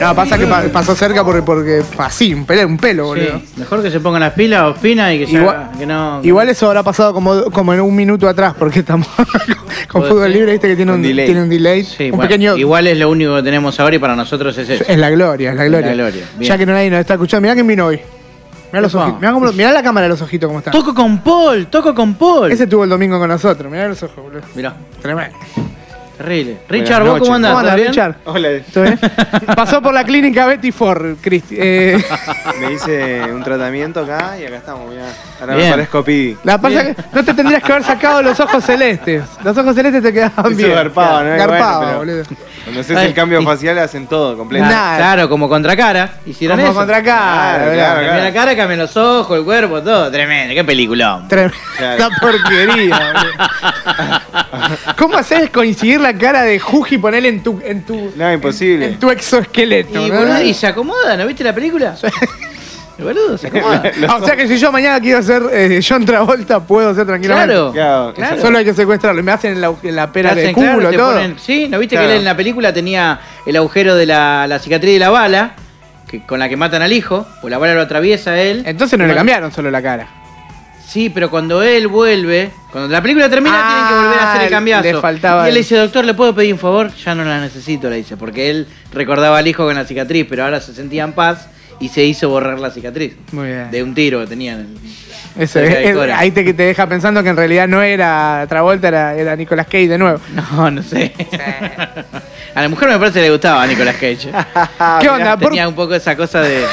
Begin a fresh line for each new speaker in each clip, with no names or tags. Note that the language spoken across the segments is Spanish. No, pasa que pa- pasó cerca porque, porque así, un pelo, un pelo,
Sí,
boludo.
mejor que se pongan las pilas, opina y que, ya,
Igual-
que no.
Igual eso habrá pasado como, como en un minuto atrás, porque estamos con
Puede
fútbol
ser.
libre, viste que tiene un,
Un delay.
tiene un delay.
Sí,
un
bueno,
pequeño.
Igual es lo único que tenemos ahora y para nosotros es eso.
Es la gloria, es la gloria.
la gloria, bien.
ya que no nadie nos está escuchando, mirá quién vino hoy. Mirá, los
Epa.
ojitos, mirá, cómo- mirá la cámara de los ojitos cómo está.
Toco con Paul, toco con Paul.
Ese estuvo el domingo con nosotros, mirá los ojos, boludo.
Mirá,
Tremendo.
terrible. Richard, ¿vos
noches.
cómo andás?
¿Cómo andás,
¿Todo bien?
Richard?
Hola,
¿Todo bien? Pasó por la clínica Betty Ford, Cristi. Eh,
me hice un tratamiento acá y acá estamos, mirá. Ahora
Bien.
me parezco Pibi.
la pasa que no te tendrías que haber sacado los ojos celestes. Los ojos celestes te quedaban
Hice
bien.
garpado, ¿no?
Garpado,
Bueno, pero-
boludo.
Cuando haces
Ay,
el cambio
y-
facial hacen todo completo.
Claro,
Nada.
claro, como contracara. Hicieron
Como
eso.
contra cara,
Claro,
¿verdad?
claro.
Cambian la cara, cambian los ojos, el cuerpo, todo. Tremendo, qué peliculón.
Tremenda
Claro.
porquería, boludo. ¿Cómo haces coincidir la cara de Juji y ponerle en tu, en tu,
No, imposible.
en tu exoesqueleto?
Y,
¿no?
boludo, y se acomoda, ¿no viste la película? El boludo se acomoda.
Ah, o sea que si yo mañana quiero ser eh, John Travolta, puedo ser tranquilamente.
Claro.
Claro,
claro.
Solo hay que secuestrarlo. Me hacen en la, en la pera
Te
de
hacen,
culo,
claro, te
todo.
ponen- sí, ¿no viste
Claro.
que él en la película tenía el agujero de la, la cicatriz de la bala que, con la que matan al hijo? Pues la bala lo atraviesa a él.
Entonces no le
Y-
cambiaron solo la cara.
Sí, pero cuando él vuelve, cuando la película termina,
Ah,
tienen que volver a hacer el cambiazo.
le faltaba
y él
el-
le dice, doctor, ¿le puedo pedir un favor? Ya no la necesito, le dice, porque él recordaba al hijo con la cicatriz, pero ahora se sentía en paz y se hizo borrar la cicatriz.
Muy bien.
De un tiro que tenían.
Eso,
Cerca de
es-
Cora.
ahí te, que te deja pensando que en realidad no era Travolta, era, era Nicolas Cage de nuevo.
No, no sé. a la mujer me parece que le gustaba a Nicolas Cage.
Ah,
¿Qué onda? Por-
Tenía un poco esa cosa de... ¿eh?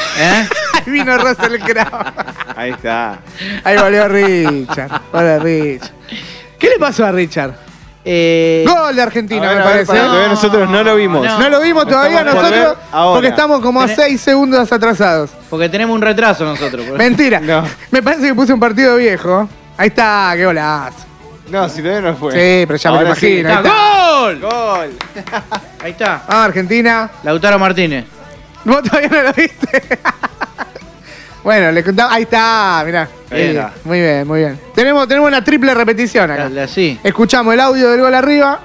Ahí vino Russell Crowe.
Ahí está.
Ahí volvió Richard. Hola, Richard. ¿Qué le pasó a Richard?
Eh,
Gol de Argentina,
A ver,
me
a ver,
parece.
pará,
no.
todavía nosotros no lo vimos.
no.
lo vimos todavía
Estamos por
nosotros
ver ahora.
porque estamos como a
Tené-
6 segundos atrasados.
porque tenemos un retraso nosotros. por-
Mentira.
No.
Me parece que puse un partido viejo. Ahí está, qué golazo.
No, si todavía no fue.
Sí, pero ya me lo
Ahora sí.
imagino. ¿eh? ahí
Está,
está.
Ah, ¡Gol!
Gol.
Ahí está.
Ah, Argentina.
Lautaro Martínez.
Vos todavía no lo viste. bueno, le contamos. Ahí está, mirá.
Ahí está.
Muy bien, muy bien. Tenemos, tenemos una triple repetición acá.
Dale, Así,
Escuchamos el audio del gol arriba,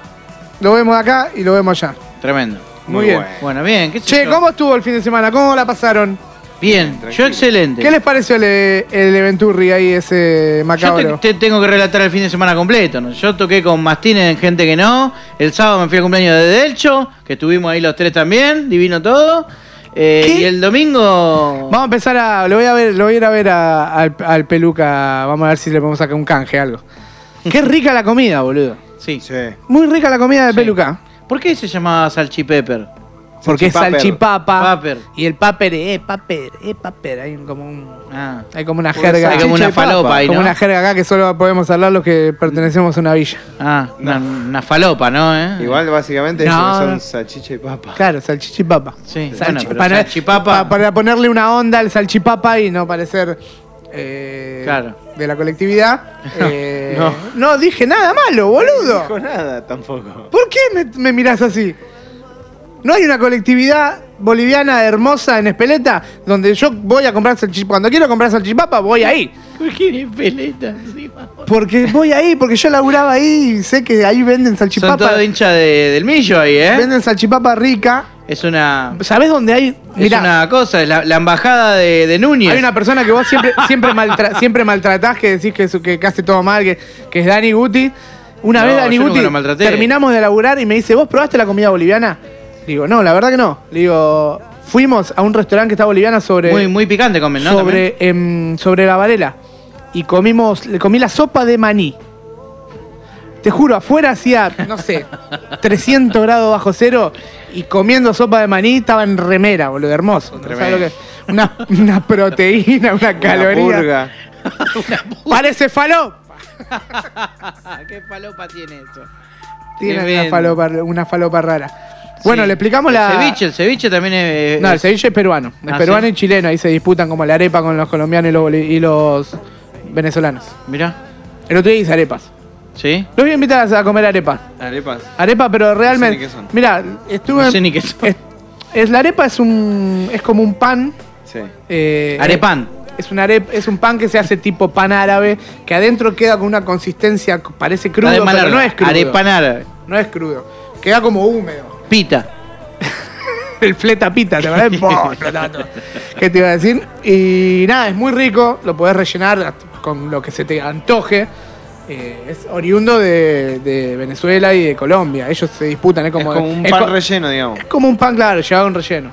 lo vemos acá y lo vemos allá.
tremendo.
Muy bien.
bueno.
Bueno, bien, qué sé
Che,
yo.
¿cómo estuvo el fin de semana? ¿Cómo la pasaron?
Bien, yo
Tranquilo.
excelente.
¿Qué les pareció el, el Venturri ahí, ese
yo te,
macabro?
te tengo que relatar el fin de semana completo. ¿no? Yo toqué con Mastines en Gente que No. El sábado me fui al cumpleaños de Delcho, que estuvimos ahí los tres también, divino todo. Eh,
¿Qué?
Y el domingo.
Vamos a empezar a. Lo voy a ver, lo voy a ir a ver a- al, al peluca. Vamos a ver si le podemos sacar un canje, algo. Qué rica la comida, boludo.
Sí.
Sí.
Muy rica la comida de
Sí.
peluca.
¿Por qué se llamaba Salchipepper?
Porque es
Salchipapper.
salchipapa.
Paper.
Y el paper, eh, paper, eh, paper. Hay un- como un.
Ah.
Hay como una
Una
jerga.
Hay como
Salchicha
una
de papa,
falopa ahí,
Como
¿no?
una jerga acá que solo podemos hablar los que pertenecemos a una villa.
Ah, una, una falopa, ¿no? ¿Eh?
Igual básicamente
No,
ellos
no.
son salchicha y papa.
Claro, salchichipapa.
Sí,
Salchi-
bueno, pero
para,
salchipapa.
pa- para ponerle una onda al salchipapa y no parecer eh,
Claro.
de la colectividad. Eh, no. dije nada malo,
No
boludo.
dijo nada tampoco.
¿Por qué me, me mirás así? ¿No hay una colectividad boliviana hermosa en Espeleta donde yo voy a comprar salchipapa? Cuando quiero comprar salchipapa, voy ahí.
¿Por qué le peleta encima?
Porque voy ahí, porque yo laburaba ahí y sé que ahí venden
Son
salchipapa.
todos hinchas de- del millo ahí, ¿eh?
Venden salchipapa rica.
Es una.
¿Sabés dónde hay? Mirá,
es una cosa, es la, la embajada de, de Núñez.
hay una persona que vos siempre, siempre, maltra- siempre maltratás, que decís que, su- que, que hace todo mal, que, que es Dani Guti. Una
No,
vez Dani
yo nunca
Guti
lo maltraté.
terminamos de laburar y me dice, ¿vos probaste la comida boliviana? Digo, no, la verdad que no. Le digo, fuimos a un restaurante que está boliviana sobre,
muy, muy picante comen, ¿no?
sobre, em, sobre la varela y comimos, le comí la sopa de maní. Te juro, afuera hacía, no sé, 300 grados bajo cero y comiendo sopa de maní estaba en remera, boludo, hermoso. ¿No sabes lo que es? una, una proteína, una
Una
caloría.
purga.
Parece falopa.
También. ¿Qué falopa tiene eso?
Tiene una
Tremendo.
falopa, una falopa rara. Bueno,
Sí.
le explicamos la...
El ceviche, el ceviche también es.
No, el ceviche es peruano. Es
Ah,
peruano y
¿sí?
chileno. Ahí se disputan como la arepa con los colombianos y los, boli- y los venezolanos.
Mirá,
El otro día hice arepas.
¿sí?
Los voy a invitar a comer arepa.
Arepas.
Arepa, pero realmente.
qué son.
Mira, estuve.
No sé ni qué son.
es, es- la arepa es un. es como un pan.
Sí.
eh,
Arepán.
Es, una arep- es un pan que se hace tipo pan árabe, que adentro queda con una consistencia, parece crudo,
La de
pero
Malardo.
no es crudo.
Arepan árabe.
No es crudo. Queda como húmedo.
Pita.
el fletapita, ¿te acordás? Boh, fletato. ¿Qué te iba a decir? Y nada, es muy rico, lo podés rellenar con lo que se te antoje. Eh, es oriundo de, de Venezuela y de Colombia. Ellos se disputan, es como,
es como un
es
pan
co-
relleno, digamos.
es como un pan, claro, llevado un relleno.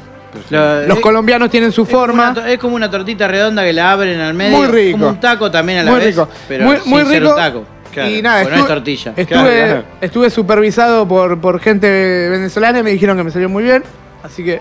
Lo-
Los
eh,
colombianos tienen su
es como
forma.
una to- es como una tortita redonda que la abren al medio.
Muy rico.
Como un taco también a la
muy
vez.
rico.
Pero
muy, muy
sin ser
rico.
un taco.
Claro,
Y nada,
porque no es tortilla.
Estuve,
Claro, claro.
estuve supervisado por, por gente venezolana y me dijeron que me salió muy bien. Así que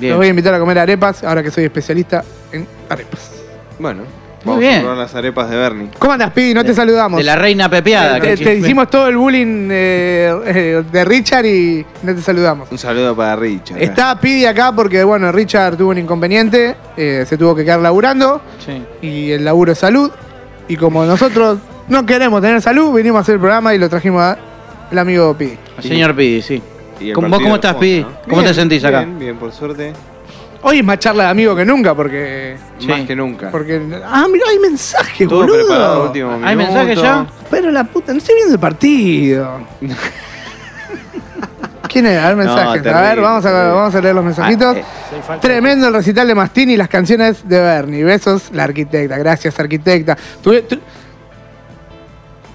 Bien.
los voy a invitar a comer arepas, ahora que soy especialista en arepas.
Bueno, vamos
bien.
a probar las arepas de Bernie.
¿Cómo andas, Pidi? No te saludamos.
De la reina pepeada.
te,
que-
te hicimos todo el bullying eh, eh, de Richard y no te saludamos.
Un saludo para Richard.
Está Pidi acá porque, bueno, Richard tuvo un inconveniente, eh, se tuvo que quedar laburando
Sí.
y el laburo es salud. Y como nosotros no queremos tener salud, vinimos a hacer el programa y lo trajimos al amigo Pidi.
Señor Pidi, sí.
Y el
¿Cómo-
partido
vos cómo estás,
del
Pi?
fondo, ¿no?
¿Cómo te
Bien,
sentís acá?
Bien, bien, por suerte.
Hoy es más charla de amigo que nunca porque.
Sí.
Más que nunca.
Porque. Ah, mirá, hay mensajes,
Todo preparado
boludo.
último minuto.
¿Hay mensajes ya?
Pero la puta, no estoy viendo el partido. ¿Quién es? A ver, mensajes. a
terrible,
ver, vamos a,
terrible.
vamos a leer los mensajitos.
Ah, eh,
Tremendo el recital de Mastín y las canciones de Bernie. Besos, la arquitecta. Gracias, arquitecta. Tuve- tu-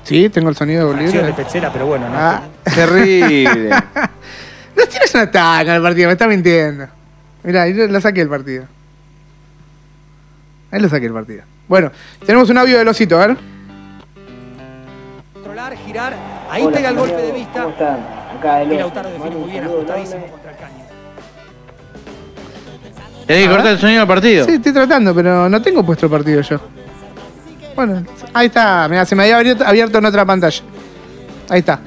Sí, tengo el sonido
Acción de
boludo.
Pechera, pero bueno, no.
Ah.
Terrible.
No tienes una taca el partido, me está mintiendo. Mirá, yo lo saqué el partido. Ahí lo saqué el partido. Bueno, tenemos un audio del osito, a ver.
Controlar, girar, ahí
Hola,
pega el golpe de
Santiago,
vista.
¿Cómo están? Acá el
Y
oso.
Lautaro define
Mando un
muy bien,
saludo
ajustadísimo
enorme.
contra el caño.
Tenés que cortar el sonido del partido.
Sí, estoy tratando, pero no tengo puesto el partido yo. Bueno, ahí está. Mirá, se me había abierto, abierto en otra pantalla. Ahí está.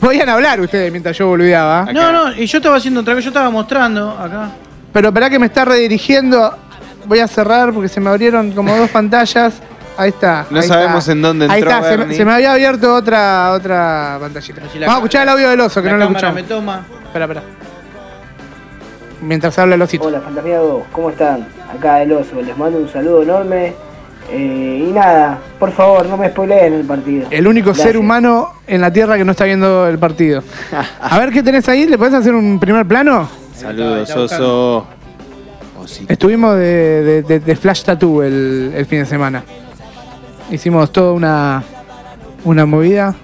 Podían hablar ustedes mientras yo boludeaba. ¿eh?
No, no, y yo estaba haciendo otra cosa, yo estaba mostrando acá.
Pero esperá que me está redirigiendo. Voy a cerrar porque se me abrieron como dos pantallas. Ahí está.
No
ahí
sabemos
está.
en dónde
Ahí
entró
está, se me,
Bernie.
se me había abierto otra, otra pantallita.
Pero si la
Vamos a escuchar el audio del oso, que
la
no lo
cámara
escuchamos.
me toma.
Espera, espera. Mientras habla el osito.
Hola, fantasmiados, ¿cómo están? Acá el oso, les mando un saludo enorme. Eh, y nada, por favor, no me spoileen el partido.
El único ser
Gracias.
humano en la Tierra que no está viendo el partido. A ver qué tenés ahí, ¿le podés hacer un primer plano?
Saludos,
Ahí está
Oso. Osito.
Estuvimos de, de- de- de Flash Tattoo el, el fin de semana. Hicimos toda una, una movida.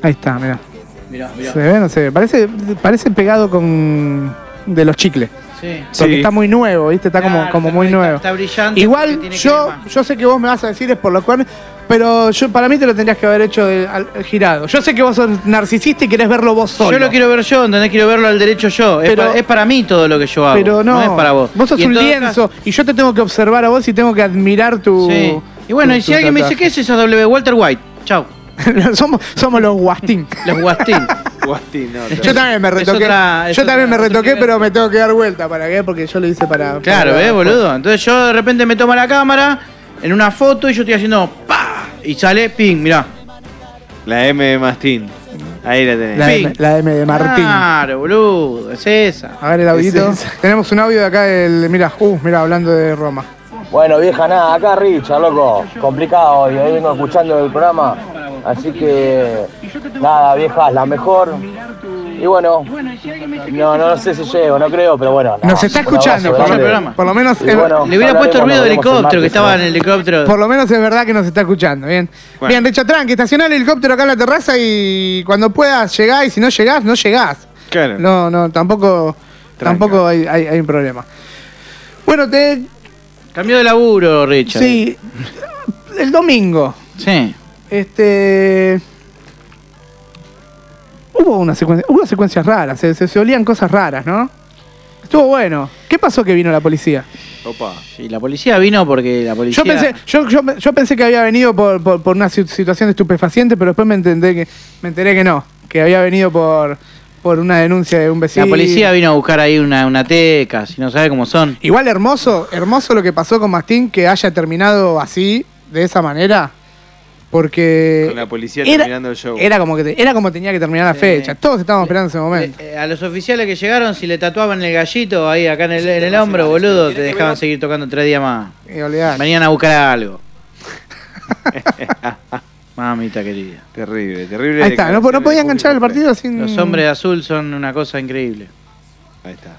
Ahí está, mirá.
Mirá, mirá.
¿Se ve? No se ve. Parece, parece pegado con de los chicles.
Sí.
Porque
Sí.
está muy nuevo, ¿viste? Está como,
Claro,
como
está-
muy
está-
nuevo.
Está brillante. porque
Igual
tiene
yo,
crema.
yo sé que vos me vas a decir es por los cuernos, pero yo para mí te lo tendrías que haber hecho de- al- girado. Yo sé que vos sos narcisista y querés verlo vos solo.
Yo lo quiero ver yo, ¿entendés? Quiero verlo al derecho yo. es,
Pero-
para, es para mí todo lo que yo hago.
pero no,
es para vos.
Vos sos
Y en
un
todo
lienzo y yo te tengo que observar a vos y tengo que admirar tu.
caso- sí. Y bueno,
tu-
y si
tu
alguien me dice,
tatuaje.
¿qué es esa W? Walter White. Chau.
somos, somos los guastín.
Los Guastín.
Guastín, no,
Yo también me
Es
retoqué.
otra- es
yo también me
otra- otro
retoqué,
nivel.
pero me tengo que dar vuelta para qué, porque yo lo hice para.
claro,
para-
¿eh, boludo? Entonces yo de repente me toma la cámara en una foto y yo estoy haciendo ¡pa! Y sale, ping, mirá.
La M de Mastín. Ahí la tenés.
La,
Fin. Ah.
M, la M de Martín.
Claro, boludo. Es esa.
A ver el audito. Tenemos un audio de acá del. Mira, uh, mira, hablando de Roma.
Bueno, vieja, nada, acá Richard, loco. Complicado hoy, hoy vengo escuchando el programa. Así que, nada, vieja, la mejor. Y bueno, no, no sé si llego, no creo, pero bueno. nada,
Nos está
un abrazo
escuchando, por,
el
grande.
programa.
por lo menos.
Y
es-
bueno,
Le hubiera puesto el ruido
hablaremos,
del
nos vemos el
helicóptero que
martes,
estaba
¿no?
en el helicóptero.
Por lo menos es verdad que nos está escuchando, bien.
Bueno.
Bien, Richa Tranqui, estaciona el helicóptero acá en la terraza y cuando puedas llegás y si no llegás, no llegás.
Claro.
No, no, tampoco,
Tranca.
tampoco hay, hay- hay un problema. Bueno, te,
Cambió de laburo, Richard.
sí, el domingo,
Sí.
este... Hubo una secuen- hubo secuencias raras, se, se, se olían cosas raras, ¿no? Estuvo bueno. ¿Qué pasó que vino la policía?
Opa.
Sí, la policía vino porque la policía.
Yo pensé, yo, yo, yo pensé que había venido por, por- por una situ- situación de estupefaciente, pero después me enteré que, me enteré que no, que había venido por, por una denuncia de un vecino.
La policía vino a buscar ahí una, una teca, si no sabe cómo son.
Igual hermoso, hermoso lo que pasó con Mastín, que haya terminado así, de esa manera, porque...
Con la policía
Eh, era,
terminando el show.
Era como, que te- era como tenía que terminar la
Sí.
fecha, todos estábamos esperando ese momento.
Eh, eh, a los oficiales que llegaron, si le tatuaban el gallito ahí acá en el, en el hombro, boludo, te dejaban seguir tocando tres días más.
Y Eh, olvidate.
Venían a buscar algo. Mamita querida.
Terrible, terrible.
Ahí está, no, no
declaración
podía
del
enganchar el
Mm.
público,
partido sin...
Los hombres de azul son una cosa increíble.
Ahí está.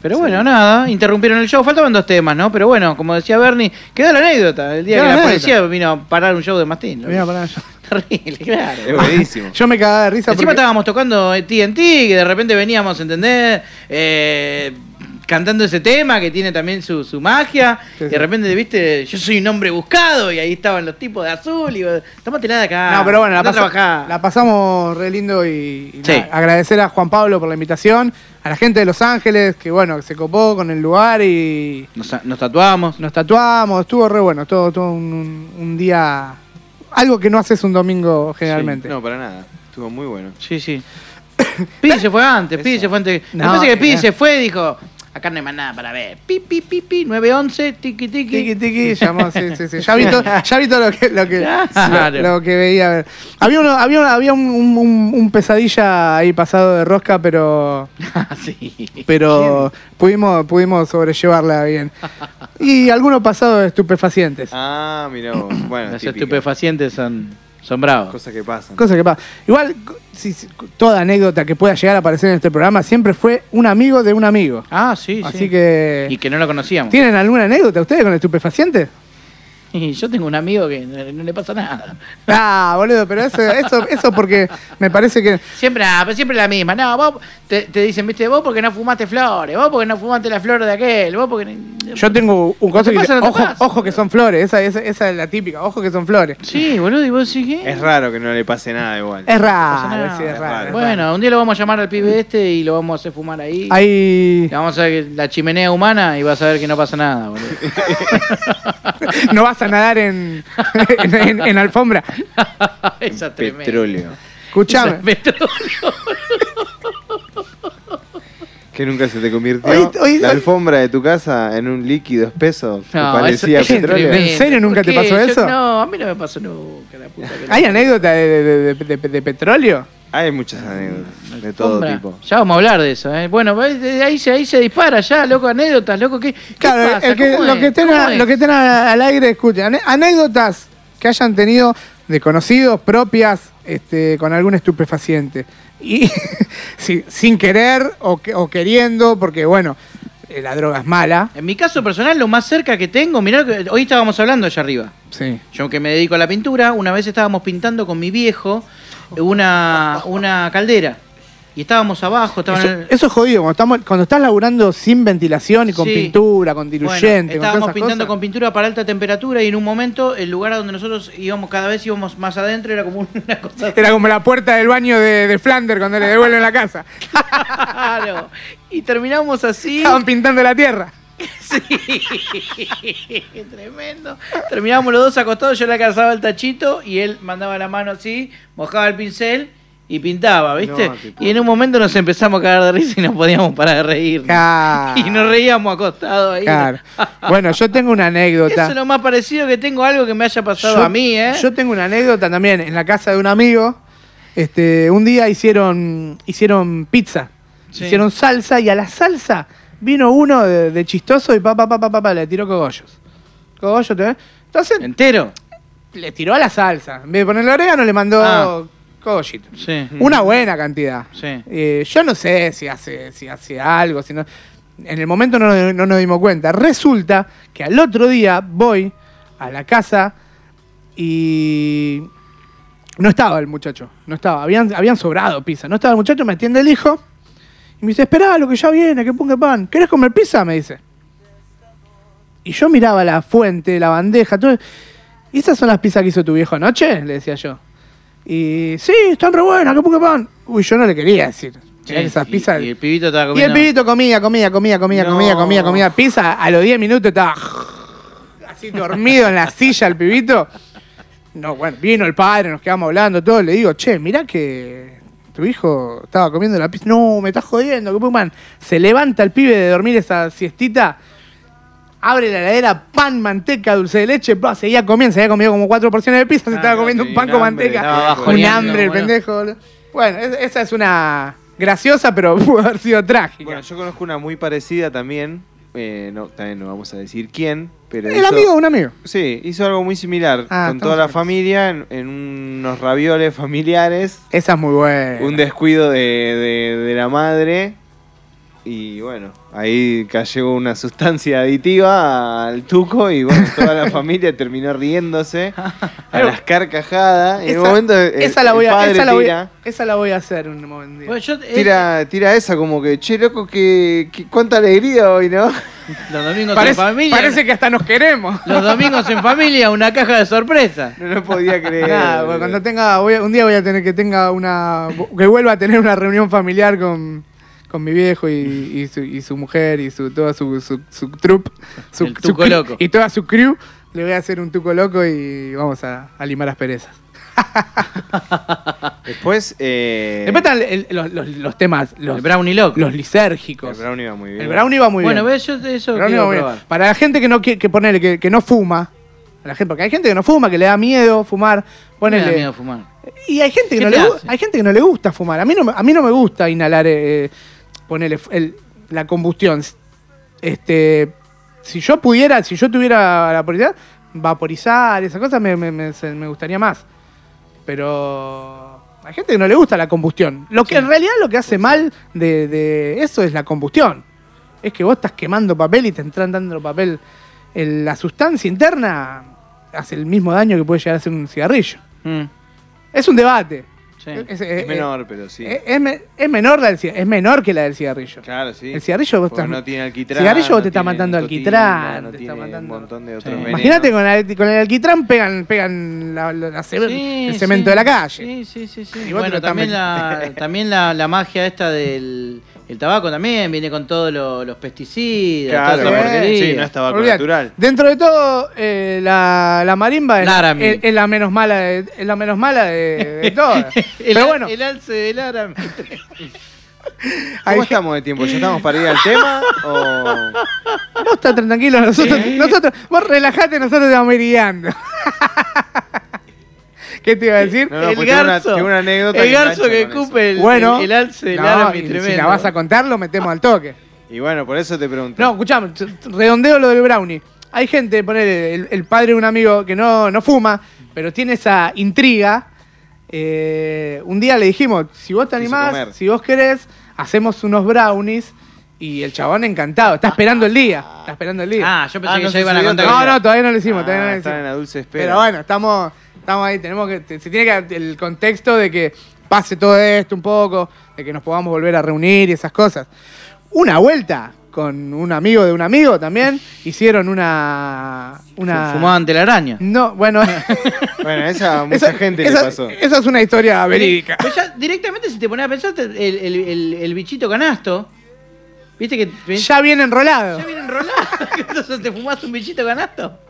Pero bueno, nada, interrumpieron el show. Faltaban dos temas, ¿no? Pero bueno, como decía Bernie, quedó la anécdota. El día
Quedó la
que la
anécdota.
policía vino a parar un show de Mastín. ¿no?
Mira, pará, yo,
Terrible, claro.
Es buenísimo.
yo me cagaba de risa
Encima
porque
estábamos tocando eh, TNT, que de repente veníamos, ¿entendés? Eh, cantando ese tema que tiene también su, su magia.
Sí,
y
sí.
de repente, viste, yo soy un hombre buscado y ahí estaban los tipos de azul. Y vos, tómate nada acá.
No, pero bueno, la,
andá a
pasa-
trabajar".
la pasamos re lindo y, y
Sí.
nada, agradecer a Juan Pablo por la invitación, a la gente de Los Ángeles que bueno, que se copó con el lugar y
Nos, nos tatuamos.
nos tatuamos, estuvo re bueno, todo, todo un, un día, algo que no haces un domingo generalmente.
No, para nada. Estuvo muy bueno.
Sí, sí. Pi se fue antes, Pi se fue antes.
No,
No, pasa que Pi
mirá.
se fue y dijo, acá no hay más nada para ver. Pi, pi, pi, pi, 911, tiki, tiki.
Tiki, tiki, llamó, sí, sí, sí. Ya vi, to- ya vi todo lo que, lo que,
Claro.
lo, lo que veía. A ver. Había, uno, había, un- había un, un- un- un pesadilla ahí pasado de rosca, pero,
Ah, sí.
pero pudimos, pudimos sobrellevarla bien. Y algunos pasados de estupefacientes.
Ah, mira vos. Bueno,
Los
típica.
estupefacientes son, son bravos.
Cosas que pasan.
Cosa que pasa. Igual, si- si- toda anécdota que pueda llegar a aparecer en este programa siempre fue un amigo de un amigo.
Ah, sí, sí.
Así que.
Y que no lo conocíamos.
¿Tienen alguna anécdota ustedes con estupefacientes?
Y yo tengo un amigo que no, no le pasa nada.
Ah, boludo, pero eso, eso, eso porque me parece que.
Siempre, ah, pero siempre la misma. No, vos te, te dicen, viste, vos porque no fumaste flores, vos porque no fumaste la flor de aquel, vos porque. no-
Yo tengo un cosa
te
que
pasa,
dice,
no te
ojo,
pasa".
ojo que son flores, esa, esa, esa es la típica, ojo que son flores.
Sí, boludo, y vos decís ¿qué?
Es raro que no le pase nada igual.
Es
pasa
raro,
nada.
sí, es
Es
raro.
raro.
Bueno, un día lo vamos a llamar al pibe este y lo vamos a hacer fumar ahí.
Ahí
Le Vamos a ver la chimenea humana y vas a ver que no pasa nada, boludo.
no vas a nadar en, en, en- en alfombra.
Esa es tremenda.
Petróleo.
Esa es
Escuchame.
petróleo.
Que nunca se te convirtió
Hoy- hoy-
la
hoy-
alfombra de tu casa en un líquido espeso que
No,
parecía
eso- eso es
petróleo.
tremendo.
¿En serio nunca
¿Por
te
qué?
pasó
Yo-
eso?
No, a mí no me pasó nunca, la puta que la-
¿Hay anécdota de, de- de- de- de petróleo?
Hay muchas anécdotas de todo
Alfombra.
tipo.
Ya vamos a hablar de eso, ¿eh? Bueno, desde ahí, se- ahí se dispara ya, loco, anécdotas, loco, ¿qué, qué
Claro,
pasa?
el que-
¿Cómo
lo,
es?
que estén a-
¿Cómo es?
lo que estén a- al aire, escuchen. Ane- Anécdotas que hayan tenido de conocidos, propias, este, con algún estupefaciente. Y sí, sin querer o, que- o queriendo, porque bueno, eh, la droga es mala.
En mi caso personal, lo más cerca que tengo, mirá, lo que, hoy estábamos hablando allá arriba.
Sí.
Yo que me dedico a la pintura, una vez estábamos pintando con mi viejo una, una caldera. Y estábamos abajo, estaban
Eso,
en el-
eso es jodido, cuando, estamos, cuando estás laburando sin ventilación y con
Sí.
pintura, con
Bueno,
diluyente, con
estábamos
todas esas
pintando con
cosas.
pintura para alta temperatura y en un momento el lugar a donde nosotros íbamos cada vez íbamos más adentro era como una cosa
Era como la puerta del baño de, de Flanders cuando le devuelven la casa.
claro y terminamos así
Estaban pintando la tierra.
Sí, tremendo. Terminábamos los dos acostados, yo le alcanzaba el tachito y él mandaba la mano así, mojaba el pincel y pintaba, ¿viste?
No, qué
y en un momento nos empezamos a cagar de risa y no podíamos parar de reír.
Claro.
Y nos reíamos acostados ahí.
Claro. Bueno, yo tengo una
Eso es
anécdota.
lo más parecido que tengo a algo que me haya pasado a mí, ¿eh?
yo tengo una anécdota también en la casa de un amigo. Este, un día hicieron, hicieron pizza,
Sí.
hicieron salsa y a la salsa vino uno de, de chistoso y pa pa, pa, pa, pa, pa, le tiró cogollos. Cogollos, ¿te ves? Entonces
¿Entero?
le tiró a la salsa. En vez de ponerle orégano, le mandó
Ah.
cogollito.
Sí.
Una buena cantidad.
Sí.
Eh, yo no sé si hace, si hace algo, si no- En el momento no, nos- no nos dimos cuenta. Resulta que al otro día voy a la casa y no estaba el muchacho. No estaba. Habían, habían sobrado pizza. No estaba el muchacho, me atiende el hijo y me dice, esperá, lo que ya viene, que ponga pan. ¿Querés comer pizza? Me dice. Y yo miraba la fuente, la bandeja, todo. ¿Y esas son las pizzas que hizo tu viejo anoche? Le decía yo. Y sí, están re buenas, que ponga pan. Uy, yo no le quería decir. Mirá que esas
Y-
pizzas.
Y, el pibito estaba
Y el
comiendo.
pibito comía, comía, comía, comía,
No.
comía, comía, comía. Pizza, a los 10 minutos estaba así dormido en la silla el pibito. No, bueno, vino el padre, nos quedamos hablando, todo. Le digo, che, mirá que tu hijo estaba comiendo la pizza. No, me estás jodiendo, que man. Se levanta el pibe de dormir esa siestita. Abre la heladera, pan, manteca, dulce de leche, pa, seguía comiendo, se había comido como cuatro porciones de pizza, se
Ah,
estaba
no,
comiendo
sí,
un pan
un
con
hambre,
manteca.
estaba
un
bajoneando,
hambre, el
boludo.
pendejo. boludo. Bueno, es- esa es una graciosa, pero pudo haber sido trágica.
Bueno, yo conozco una muy parecida también. eh, no, también no vamos a decir quién, pero
el
hizo-
amigo de un amigo.
Sí, hizo algo muy similar
Ah,
con toda
estamos
la
acá.
familia en, en unos ravioles familiares,
Esa es muy buena.
un descuido de, de- de la madre Y bueno, ahí cayó una sustancia aditiva al tuco y bueno, toda la familia terminó riéndose a las carcajadas. En
Esa-
un momento el-
esa, la voy
el
a,
padre
esa, la voy,
tira,
esa la voy a hacer un momento.
Bueno, yo, eh,
tira, tira esa como que, che loco, que, que- cuánta alegría hoy, ¿no?
los domingos
parece,
en familia.
parece que hasta nos queremos.
Los domingos en familia, una caja de sorpresa.
No, no podía creer.
Ah, Nada, bueno, cuando tenga, voy a- un día voy a tener que tenga una, que vuelva a tener una reunión familiar con, con mi viejo y, y su, y su mujer y su toda su, su, su troupe, su,
El
su
tuco
cri-
loco.
y toda su crew, le voy a hacer un tuco loco y vamos a, a limar las perezas.
Después, eh,
Después están el- los, los- los temas, los,
el brownie loco.
los lisérgicos.
el Brown iba muy bien.
El Brownie va muy bien.
bueno, ves, yo de eso
Pero
quiero
no, mira,
probar.
para la gente que no quiere, que ponele, que, que no fuma, a la gente, porque hay gente que no fuma, que le da miedo fumar,
Me da
ponele.
miedo fumar.
Y hay gente que
¿Qué
no
te
le gu-
hace?
hay gente que no le gusta fumar. A mí no me- a mí no me gusta inhalar eh, eh, ponele f- el- la combustión. Este si yo pudiera, si yo tuviera la oportunidad, vaporizar esas cosas me, me- me- se- me gustaría más. Pero hay gente que no le gusta la combustión. Lo que en realidad lo que hace mal de, de eso es la combustión. Es que vos estás quemando papel y te entran dando papel. El- la sustancia interna hace el mismo daño que puede llegar a hacer un cigarrillo.
Mm,
Es un debate.
sí.
Es, es-
Es
es- eh,
menor, pero sí.
es- es me- es menor la del ci- es menor que la del cigarrillo.
Claro, sí.
El cigarrillo vos
Porque
estás-
no tiene alquitrán.
cigarrillo vos
no
te está
tiene
matando
nicotina,
alquitrán,
No
te
tiene
está matando-
un montón de otros
Sí.
venenos.
Imagínate con, el- con el alquitrán pegan, pegan la- la- la ce-
Sí,
el cemento
sí.
de la calle.
Sí, sí, sí. sí.
Y vos te
Bueno,
lo
también,
estás
la, también la, la magia esta del el tabaco también viene con todos lo- los pesticidas.
Claro,
toda esa
sí.
porquería.
sí, no es tabaco
Olvidate.
natural.
Dentro de todo, eh, la, la marimba es,
Laramie.
es- es la menos mala de, es la menos mala de, de todas.
El,
Pero bueno,
el alce del árabe.
hay
¿Cómo estamos de tiempo? ¿Ya estamos para ir al tema? O...
gente- vos estás tranquilo, nosotros, nosotros, vos relajate, nosotros te vamos a ir guiando. ¿Qué te iba a decir?
No, no,
el
pues tengo una-
garzo.
tengo una anécdota
el
que
garzo
engancha
que
con eso.
escupe el,
bueno,
el, el alce del
no,
árabe
y
tremendo.
si la vas a contar, lo metemos al toque.
Y bueno, por eso te pregunto.
No, escuchame, t- t- redondeo lo del brownie. Hay gente, ponele, el, el padre de un amigo que no, no fuma, pero tiene esa intriga. Eh, un día le dijimos, si vos te
Quiso
animás,
comer.
si vos querés, hacemos unos brownies. Y el chabón encantado, está esperando el día. Está esperando el día.
Ah, yo pensé
Ah,
que
no
ya iban a
sucedió
contar.
no,
todavía.
no, todavía no lo hicimos,
Ah,
todavía no lo
están
hicimos.
en la dulce espera.
Pero bueno, estamos, estamos ahí, tenemos que, te- se tiene que el contexto de que pase todo esto un poco, de que nos podamos volver a reunir y esas cosas. Una vuelta con un amigo de un amigo también, hicieron una... una
Fumaban telaraña.
No, bueno,
Bueno, esa a mucha
esa,
gente
esa-
le pasó.
esa es una historia verídica.
Pues ya directamente si te pones a pensar, te- el, el, el, el bichito canasto, viste que
Ya bien enrolado.
Ya viene enrolado. Entonces te fumás un bichito canasto.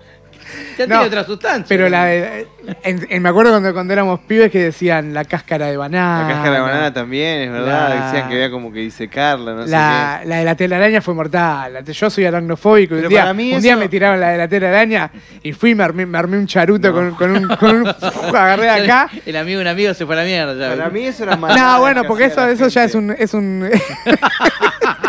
No,
Ya tiene otra sustancia.
Pero la de- en- en- me acuerdo cuando, cuando éramos pibes que decían la cáscara de banana.
La cáscara de banana también, es verdad.
Ah, La-
Decían que había como que disecarla, no
la,
sé
la de la telaraña fue mortal. La te- Yo soy aracnofóbico. y Un
Pero
día,
para mí
un día
eso-
me tiraron la de la telaraña y fui y me armé, me armé un charuto con, con un. con un- agarré de acá.
El amigo de un amigo se fue a la mierda.
qué.
ya.
Para mí eso era más.
No, bueno, porque eso, eso ya es un. Es un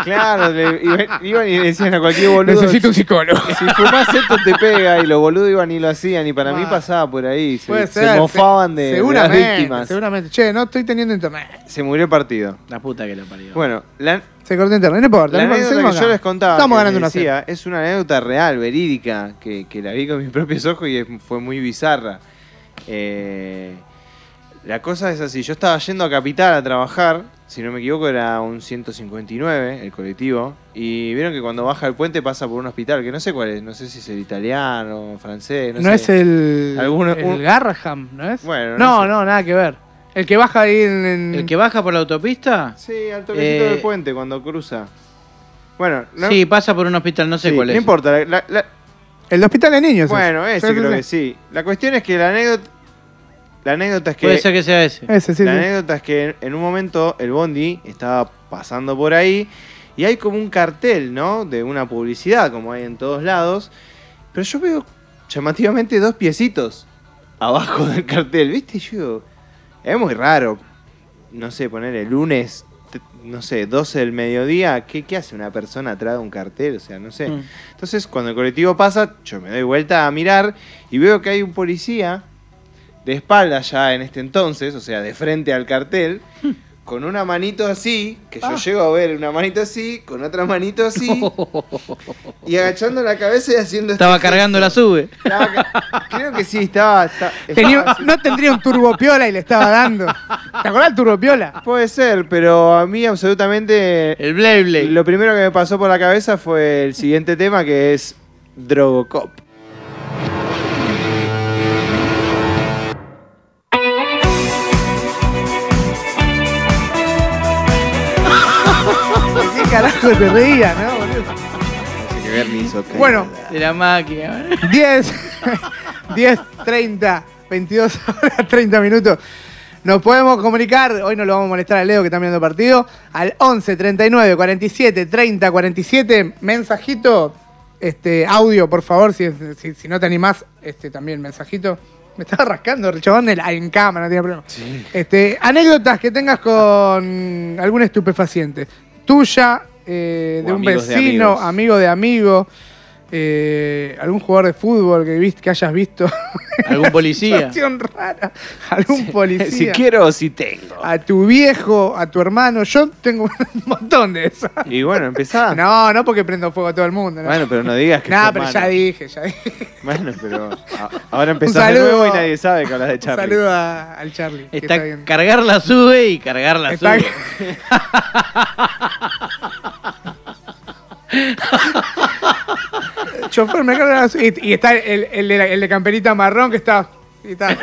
Claro, le- iban- iban y le decían a cualquier boludo.
necesito un psicólogo.
Si fumás esto te pega y los boludos iban y lo hacían y para mí
Ah.
pasaba por ahí. Se,
Puede
se
ser, se-
mofaban de, de las
seguramente,
víctimas.
Seguramente. Che, no estoy teniendo internet.
Se murió el partido.
La puta que lo parió.
Bueno, la,
Se cortó internet, no importa.
la
no importa,
anécdota
seguimos
que
acá.
yo les contaba,
Estamos
que
ganando
les
una serie.
decía, es una anécdota real, verídica, que, que la vi con mis propios ojos y es- fue muy bizarra. Eh, la cosa es así, yo estaba yendo a Capital a trabajar, si no me equivoco era un 159 el colectivo, y vieron que cuando baja el puente pasa por un hospital, que no sé cuál es, no sé si es el italiano, francés, no,
No,
sé.
es el.
Alguno-
el
un-
Garraham, ¿no es?
Bueno,
no,
no
no,
sé.
nada que ver. El que baja ahí en. en-
¿El que baja por la autopista?
Sí, al toquecito
Eh,
del puente cuando cruza. Bueno, no,
Sí, pasa por un hospital, no sé
sí,
cuál
no
es.
importa, la- la- la-
El hospital de niños. es.
Bueno, ese
Sí, sí,
creo
sí.
que sí. La cuestión es que la anécdota. La anécdota es que.
Puede ser que sea ese.
Ese, sí,
la
sí.
anécdota es que en, en un momento el Bondi estaba pasando por ahí y hay como un cartel, ¿no? De una publicidad, como hay en todos lados. Pero yo veo llamativamente dos piecitos abajo del cartel, ¿viste? Y Yo digo, es muy raro. No sé, poner el lunes, t- no sé, 12 del mediodía, ¿qué, ¿qué hace una persona atrás de un cartel? O sea, no sé.
Mm.
Entonces, cuando el colectivo pasa, yo me doy vuelta a mirar y veo que hay un policía de espalda ya en este entonces, o sea, de frente al cartel, con una manito así, que
Ah.
yo llego a ver una manito así, con otra manito así, y agachando la cabeza y haciendo este
Estaba
gesto.
cargando la sube.
Estaba ca- Creo que sí, estaba. esta-
Tenía-
estaba haciendo-
no tendría un turbopiola y le estaba dando. ¿Te acordás del turbopiola?
Puede ser, pero a mí absolutamente.
El Blade Blade.
Lo primero que me pasó por la cabeza fue el siguiente tema que es Drogocop.
¿Qué carajo te reía, no, boludo?
Así que Bernie hizo caída.
Bueno.
De la máquina.
10, 10, 30, 22 horas, 30 minutos. Nos podemos comunicar, hoy no lo vamos a molestar a Leo que está mirando partido, al 11 39 47 30 47. Mensajito, este, audio, por favor, si, si- si no te animás, este, también mensajito. Me estaba rascando el chabón en, la- en cámara, no tiene problema. Este, anécdotas que tengas con algún estupefaciente. Tuya, eh,
O
de un
amigos de
vecino,
amigos.
amigo de amigo. Eh, algún jugador de fútbol que, viste, que hayas visto.
Algún policía.
Situación rara. Algún policía.
Si quiero o si tengo.
A tu viejo, a tu hermano. Yo tengo un montón de eso.
Y bueno, empezá.
No, no porque prendo fuego a todo el mundo. No,
Ah. Bueno, pero no digas que.
Nah,
fue
pero
malo.
ya dije, ya dije.
Bueno, pero a- ahora empezás
Un
de
saludo.
nuevo y nadie sabe que hablas de
Un
Charlie.
saludo a- al Charlie. que
Está,
bien.
cargar la sube y cargar la
Está-
sube.
Chofer, me carga la su- y, y está el, el de la- el de camperita marrón que está. y está-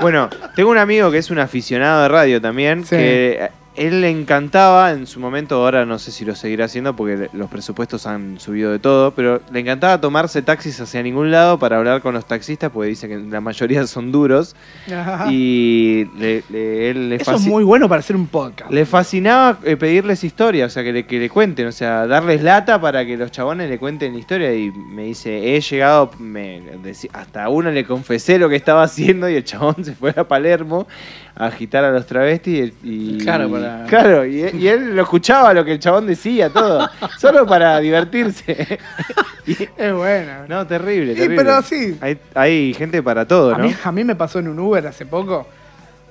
Bueno, tengo un amigo que es un aficionado de radio también,
Sí.
que eh, él le encantaba en su momento, ahora no sé si lo seguirá haciendo porque le- los presupuestos han subido de todo, pero le encantaba tomarse taxis hacia ningún lado para hablar con los taxistas, porque dice que la mayoría son duros, y le, le- él le,
Eso es
faci-
muy bueno para hacer un podcast.
le fascinaba eh, pedirles historia, o sea, que le, que le cuenten, o sea, darles lata para que los chabones le cuenten la historia. Y me dice, he llegado, me, deci- hasta a uno le confesé lo que estaba haciendo y el chabón se fue a Palermo a agitar a los travestis. Y, y-
Claro, para-
Claro, y, y él lo escuchaba lo que el chabón decía, todo, solo para divertirse.
Es bueno.
no, terrible,
Sí,
terrible.
pero sí.
Hay, hay gente para todo,
A
¿no?
mí, a mí me pasó en un Uber hace poco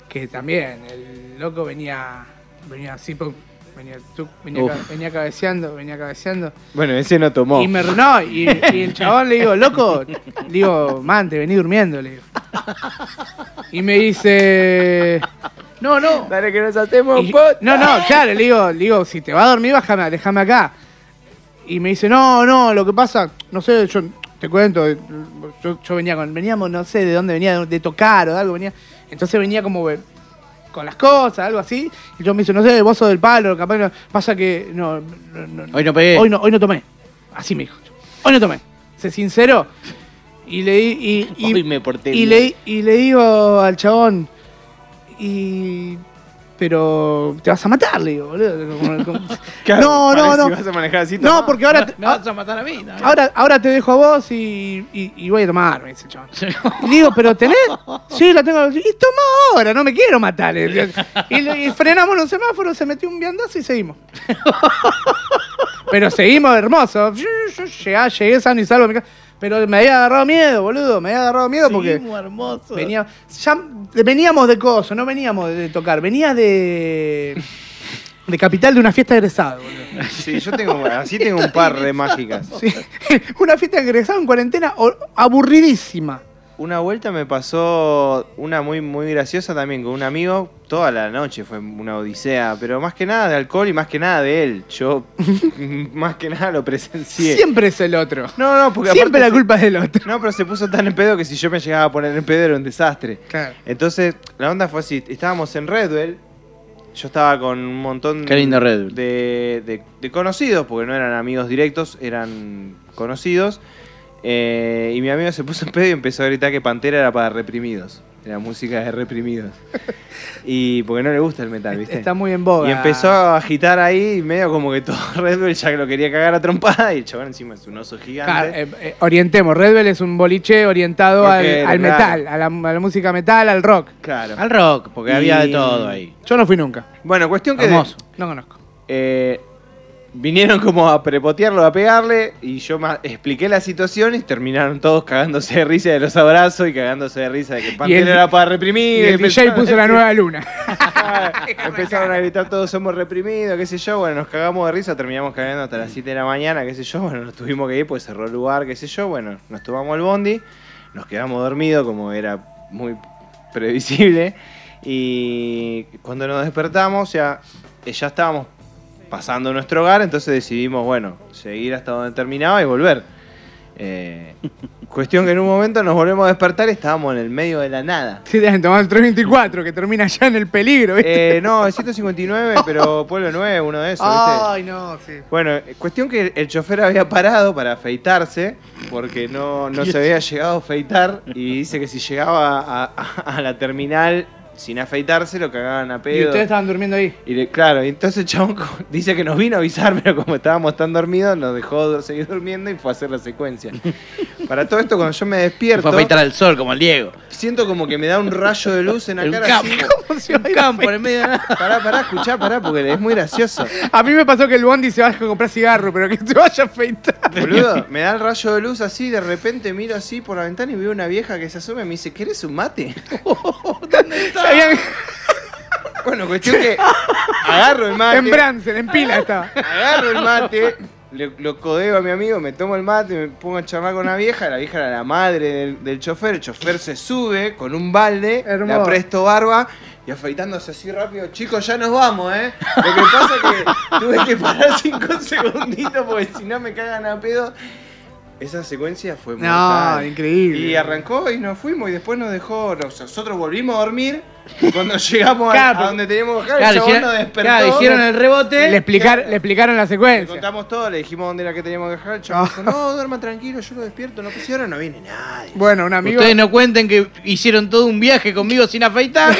que también el loco venía venía así, pum, venía, tuc, venía,
Uf.
ca- venía cabeceando, venía cabeceando.
Bueno, ese no tomó.
Y me no, y, y el chabón le digo, loco, le digo, man, te vení durmiendo, le digo. Y me dice, no, no.
Dale que nos hacemos
Y-
un pot.
no, no, claro, le digo, le digo, si te va a dormir, bájame, déjame acá. Y me dice, no, no, lo que pasa, no sé, yo te cuento, yo, yo venía con, veníamos, no sé de dónde venía, de tocar o de algo, venía. Entonces venía como eh, con las cosas, algo así. Y yo me dice, no sé, vos sos del palo, capaz que no- pasa que no, no, no,
Hoy no pegué.
Hoy no, hoy no tomé. Así me dijo. Hoy no tomé. Se sinceró. Y le, di- y, y-
Hoy me porté
y
bien.
le, y le digo al chabón, y. Pero te vas a matar, le digo, boludo. Como- como-
Claro,
no,
para
no,
que
no.
Si vas a manejar así,
No,
tomá.
porque ahora, te- ah,
Me vas a matar a mí. ¿no?
ahora, ahora te dejo a vos y, y- y voy a tomar, me dice el chabón. Y le digo, ¿pero tenés? Sí, la tengo. Y toma ahora, no me quiero matar. le digo. Y, le- y frenamos en un semáforo, se metió un viandazo y seguimos. Pero seguimos hermosos. Yo, yo llegué, llegué sano y salvo. a mi casa. Pero me había agarrado miedo, boludo. Me había agarrado miedo porque.
Seguimos hermoso.
Venía- ya veníamos de coso, no veníamos de tocar, venía de. de capital de una fiesta de egresado, boludo.
Sí, yo tengo, así tengo un par de mágicas.
Sí. Una fiesta de egresado en cuarentena o- aburridísima.
Una vuelta me pasó una muy, muy graciosa también con un amigo. Toda la noche fue una odisea, pero más que nada de alcohol y más que nada de él. Yo más que nada lo presencié.
Siempre es el otro.
No, no, porque
Siempre
aparte
la
se-
culpa es del otro.
No, pero se puso tan en pedo que si yo me llegaba a poner en pedo era un desastre.
Claro.
Entonces, la onda fue así. Estábamos en Redwell. Yo estaba con un montón
Qué lindo Red Bull.
de, de- de conocidos, porque no eran amigos directos, eran conocidos. Eh, y mi amigo se puso en pedo y empezó a gritar que Pantera era para reprimidos. Era música de reprimidos. Y porque no le gusta el metal, ¿viste?
Está muy en boga.
Y empezó a agitar ahí, y medio como que todo Red Bull ya que lo quería cagar a trompada. Y el chabón encima es un oso gigante.
Claro, eh, eh, orientemos, Red Bull es un boliche orientado al,
Rockero,
al
claro.
metal, a la, a la música metal, al rock.
Claro.
Al rock, porque
Y-
había de todo ahí.
Yo no fui nunca,
Bueno, cuestión que.
Hermoso.
no conozco.
Eh, vinieron como a prepotearlo, a pegarle, y yo ma- expliqué la situación y terminaron todos cagándose de risa de los abrazos y cagándose de risa de que Pantera
el-
era para reprimir.
Y el DJ
empezaron-
puso la nueva luna.
Empezaron a gritar todos somos reprimidos, qué sé yo, bueno, nos cagamos de risa, terminamos cagando hasta las 7 de la mañana, qué sé yo, bueno, nos tuvimos que ir, pues cerró el lugar, qué sé yo, bueno, nos tomamos el bondi, nos quedamos dormidos como era muy previsible y cuando nos despertamos ya, eh, ya estábamos pasando nuestro hogar, entonces decidimos, bueno, seguir hasta donde terminaba y volver. Eh, cuestión que en un momento nos volvemos a despertar y estábamos en el medio de la nada.
Sí, te han tomado el 324, que termina ya en el peligro, ¿viste?
Eh, no, es 159, pero Pueblo 9, uno de esos, ¿viste?
Ay, no, sí.
Bueno, eh, cuestión que el chofer había parado para afeitarse, porque no, no se había llegado a afeitar, y dice que si llegaba a, a- a la terminal sin afeitarse, lo cagaban a
Y
pedo.
ustedes estaban durmiendo ahí.
Y le- claro, y entonces el chabón co- dice que nos vino a avisar, pero como estábamos tan dormidos, nos dejó do- seguir durmiendo y fue a hacer la secuencia. Para todo esto, cuando yo me
Fue a
despierto,
afeitar al sol, como el Diego.
siento como que me da un rayo de luz en la
En un
cara. así.
campo.
¿Cómo se va a ir a
Campo, en el medio de la-
Pará, pará, escuchá, pará, porque es muy gracioso.
A mí me pasó que el Bondi se vaya a comprar cigarro, pero que se vaya a afeitar.
Boludo, me da el rayo de luz así, de repente miro así por la ventana y veo una vieja que se asome y me dice, ¿querés un mate?
Se habían-
Bueno, cuestión que agarro el mate,
en Bransen, en pila estaba.
agarro el mate, lo, lo codeo a mi amigo, me tomo el mate, me pongo a charlar con la vieja, la vieja era la madre del, del chofer, el chofer se sube con un balde,
Hermoso.
le presto barba y afeitándose así rápido, chicos, ya nos vamos, ¿eh? Lo que pasa es que tuve que parar cinco segunditos porque si no me cagan a pedo. Esa secuencia fue
No,
mortal.
increíble.
Y arrancó y nos fuimos y después nos dejó. nos- Nosotros volvimos a dormir. y Cuando llegamos a-
Claro,
a, donde teníamos que bajar, el
Claro,
chabón
hicieron,
nos despertó.
claro, hicieron el rebote.
le, explicar- le explicaron la
Le
secuencia.
contamos todo, le dijimos dónde era que teníamos que bajar. El chabón dijo, no, duerman tranquilo, yo lo despierto. No, pues si ahora no viene nadie.
Bueno, un amigo.
Ustedes no cuenten que hicieron todo un viaje conmigo sin afeitar.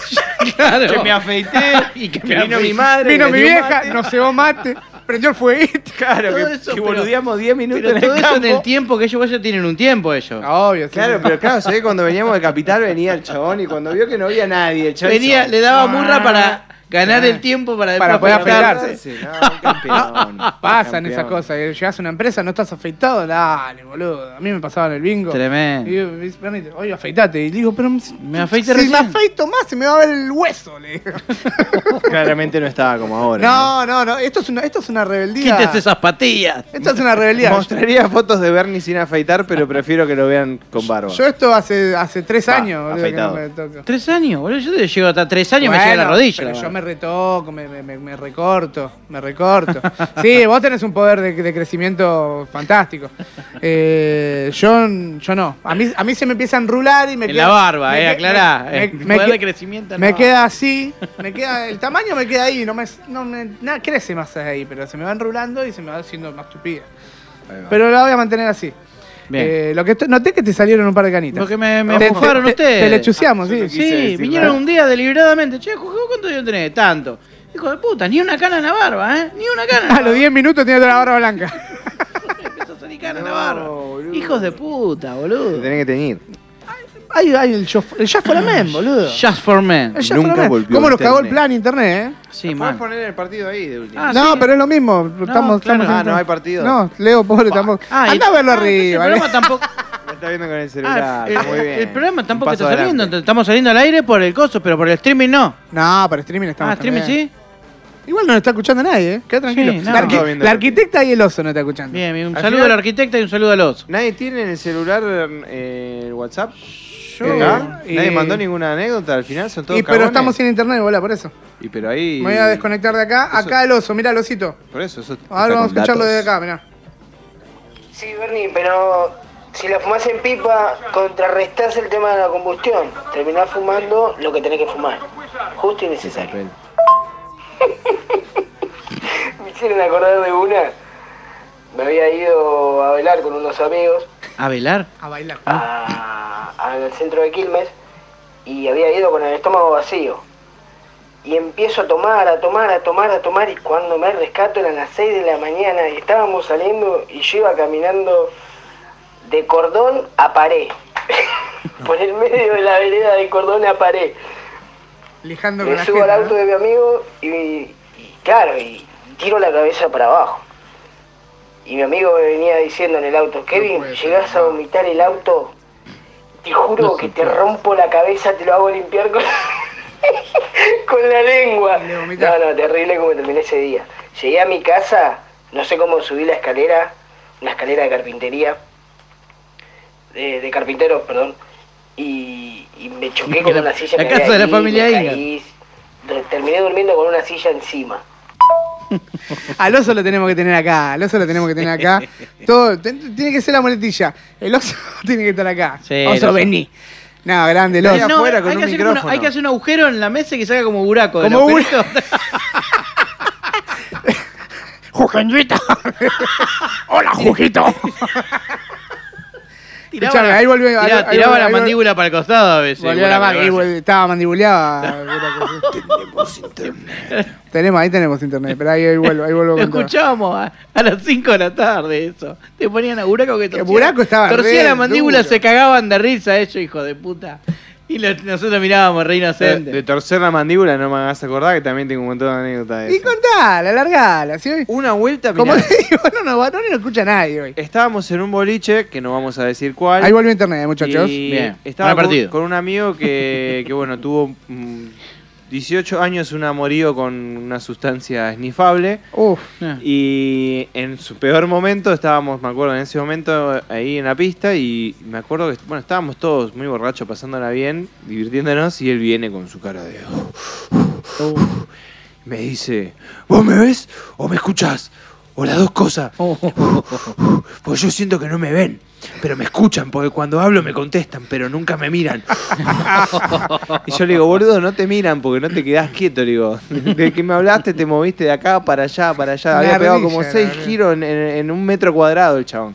claro.
Que me afeité,
Y que
que
me
vino
afeité.
mi madre.
Vino
me
mi
dio
vieja,
mate.
nos cebó mate, prendió el fueguito.
Claro, que,
Todo eso,
que
pero-
boludeamos 10 minutos
Pero
en
todo
el
eso en
campo.
el tiempo que ellos vayan tienen un tiempo ellos.
Obvio, sí.
Claro, pero claro, se ve cuando veníamos de Capital venía el chabón y cuando vio que no había nadie, el chabón
Venía,
hizo,
le daba
Ah,
murra para ganar
ah.
el tiempo para después
Para poder
"Para
afeitarse.
afeitarse.
No, un campeón, un
Pasan esas
campeón".
cosas. que Llegas a una empresa, no estás afeitado, dale, boludo. A mí me pasaba en el bingo. Y
Tremendo.
yo, me dice, "Perni, oye, afeitate. Y digo, pero si
Me afeité
si
recién.
me afeito más, se me va a ver el hueso, le digo.
Claramente no estaba como ahora.
No, no, no. Esto es una, esto es una rebeldía.
Quítese esas patillas.
Esto es una rebeldía.
Mostraría fotos de Bernie sin afeitar, pero prefiero que lo vean con barba.
Yo esto hace, hace tres
Va,
años, boludo, que no
afeitado.
me toco.
Tres años, boludo. Yo llego hasta tres años y me llega
Bueno,
la rodilla.
pero
la
yo me
verdad.
retoco, me, me- me- me recorto, me recorto. Sí, vos tenés un poder de, de crecimiento fantástico. Eh, yo, yo no. A mí, a mí se me empieza a enrular y me
En
queda-
la barba,
me
eh,
que-
aclará.
me-
Eh,
me-
poder
me
de
que-
crecimiento.
me
no.
queda así, me queda, el tamaño me queda ahí, no me, no me- nada crece más ahí, pero se me va enrulando y se me va haciendo más tupida. Pero la voy a mantener así.
Bien.
Eh, lo que esto- noté que te salieron un par de canitas.
Porque me, me
Te-
empujaron
te- te-
ustedes.
Te lechuceamos,
Ah, Yo no
sí.
quise
Sí,
decir
vinieron
nada.
un día deliberadamente. Che, Jujuy, ¿cuánto dinero tenés? Tanto. Hijo de puta, ni una cana en la barba, ¿eh? Ni una
Ah,
cana. en la
A los
barba.
10 minutos tenía toda la barba blanca.
Empezó a salir cana en la
No,
barba.
boludo.
Hijos de puta,
Te
boludo.
tenés que teñir.
Ay, ay, el, shof- el Just for a Men, boludo.
Just for men.
El Just
Nunca
for a Men.
volvió
¿Cómo
a
nos cagó el
internet.
plan internet, eh?
Sí,
Podés
man.
poner el partido ahí de última.
Ah,
no,
sí.
pero es lo mismo. estamos,
claro.
estamos
Ah,
en-
no hay partido.
No, Leo, pobre tampoco.
Ah, y-
Anda a verlo
ah, entonces
arriba.
El
¿eh?
programa tampoco,
Lo está viendo con el
ah,
celular.
el,
muy bien.
el programa tampoco
Un paso
está saliendo.
adelante.
Estamos saliendo al aire por el coso, pero por el streaming no.
No, para streaming estamos.
ah, streaming
también.
sí.
Igual no nos está escuchando nadie, ¿eh? Queda tranquilo.
Sí, no.
la, arqui-
Estaba viendo
la
el partido.
arquitecta y el oso no está escuchando.
Bien, bien. Un
Al
saludo
final-
al arquitecta y un saludo al oso.
¿Nadie tiene en el celular eh, el WhatsApp?
Yo-
¿Acá?
Eh,
Nadie mandó ninguna anécdota. Al final son todos
Y, pero
cagones.
estamos sin internet, bola, por eso.
Y pero ahí...
Me voy a desconectar de acá.
Eso-
Acá el oso, mirá el osito.
Por eso, eso está
Ahora vamos
con
a escucharlo
datos.
desde acá, mirá.
Sí, Bernie, pero si la fumás en pipa, contrarrestás el tema de la combustión. Terminás fumando lo que tenés que fumar. Justo y necesario.
Papel.
Me hicieron acordar de una. Me había ido a bailar con unos amigos
¿A velar?
A bailar.
a- Ah, al centro de Quilmes y había ido con el estómago vacío. Y empiezo a tomar, a tomar, a tomar, a tomar y cuando me rescato eran las 6 de la mañana y estábamos saliendo y yo iba caminando de cordón a pared. Por el medio de la vereda de cordón a pared.
Lijando con
Me
la
subo
gente.
al auto
¿no?
de mi amigo y, y claro, y tiro la cabeza para abajo. Y mi amigo me venía diciendo en el auto, Kevin, llegás a vomitar el auto, te juro que te rompo la cabeza, te lo hago limpiar con, con la lengua. No, no, terrible como terminé ese día. Llegué a mi casa, no sé cómo subí la escalera, una escalera de carpintería, de, de carpinteros, perdón, y, y me choqué con
La-
una silla
la
que había
casa de la
ahí,
familia
me
Inga.
caí, re- terminé durmiendo con una silla encima.
Al oso lo tenemos que tener acá, al oso lo tenemos que tener acá. Todo, ten- tiene que ser la muletilla. El oso tiene que estar acá.
Sí, el
oso,
oso.
vení. No, grande, el oso.
Estaría afuera con
hay, que
un
hacer una-
micrófono.
hay que hacer un agujero en la mesa que salga como buraco. del
Como
agujerito.
¡Jujenguito! ¡Hola, Jujito!
Tiraba
Escuchame,
la-
ahí volvió-
tiraba-
ahí volvió-
tiraba la
ahí volvió-
mandíbula para el costado a veces.
Volvió la
buraco,
máquina,
¿no?
estaba mandibuleada. tenemos, ahí tenemos internet, pero ahí, ahí vuelvo, ahí vuelvo.
Lo
con todo.
escuchábamos a, a las 5 de la tarde eso. Te ponían a Buraco que torcía.
Buraco estaba re
Torcía la mandíbula,
duro.
se cagaban de risa ellos, hijo de puta. Y lo- nosotros mirábamos re
De,
Eh,
inocentes.
de torcer la mandíbula no me hagas acordar que también tengo un montón de anécdotas de
Y
eso.
contala, largala, ¿sí?
Una vuelta, mirá,
Como te digo, no nos va- no nos escucha nadie
Eh,
hoy.
estábamos en un boliche, que no vamos a decir cuál.
Ahí volvió internet, muchachos.
Y
Bien.
Estaba
Buen
con,
partido.
con un amigo que, que, bueno, tuvo mm, 18 años un amorío con una sustancia esnifable.
Uf,
Ah.
Y en su peor momento estábamos, me acuerdo, en ese momento ahí en la pista y me acuerdo que, bueno, estábamos todos muy borrachos, pasándola bien, divirtiéndonos y él viene con su cara de...
Uh,
Me dice, ¿vos me ves o me escuchás? O las dos cosas.
Oh.
Pues yo siento que no me ven, pero me escuchan, porque cuando hablo me contestan, pero nunca me miran. y yo le digo, boludo, no te miran porque no te quedás quieto, le digo. De que me hablaste te moviste de acá para allá, para allá.
Una
Había pegado como
ardilla,
seis
la verdad.
giros en, en- en un metro cuadrado el chabón.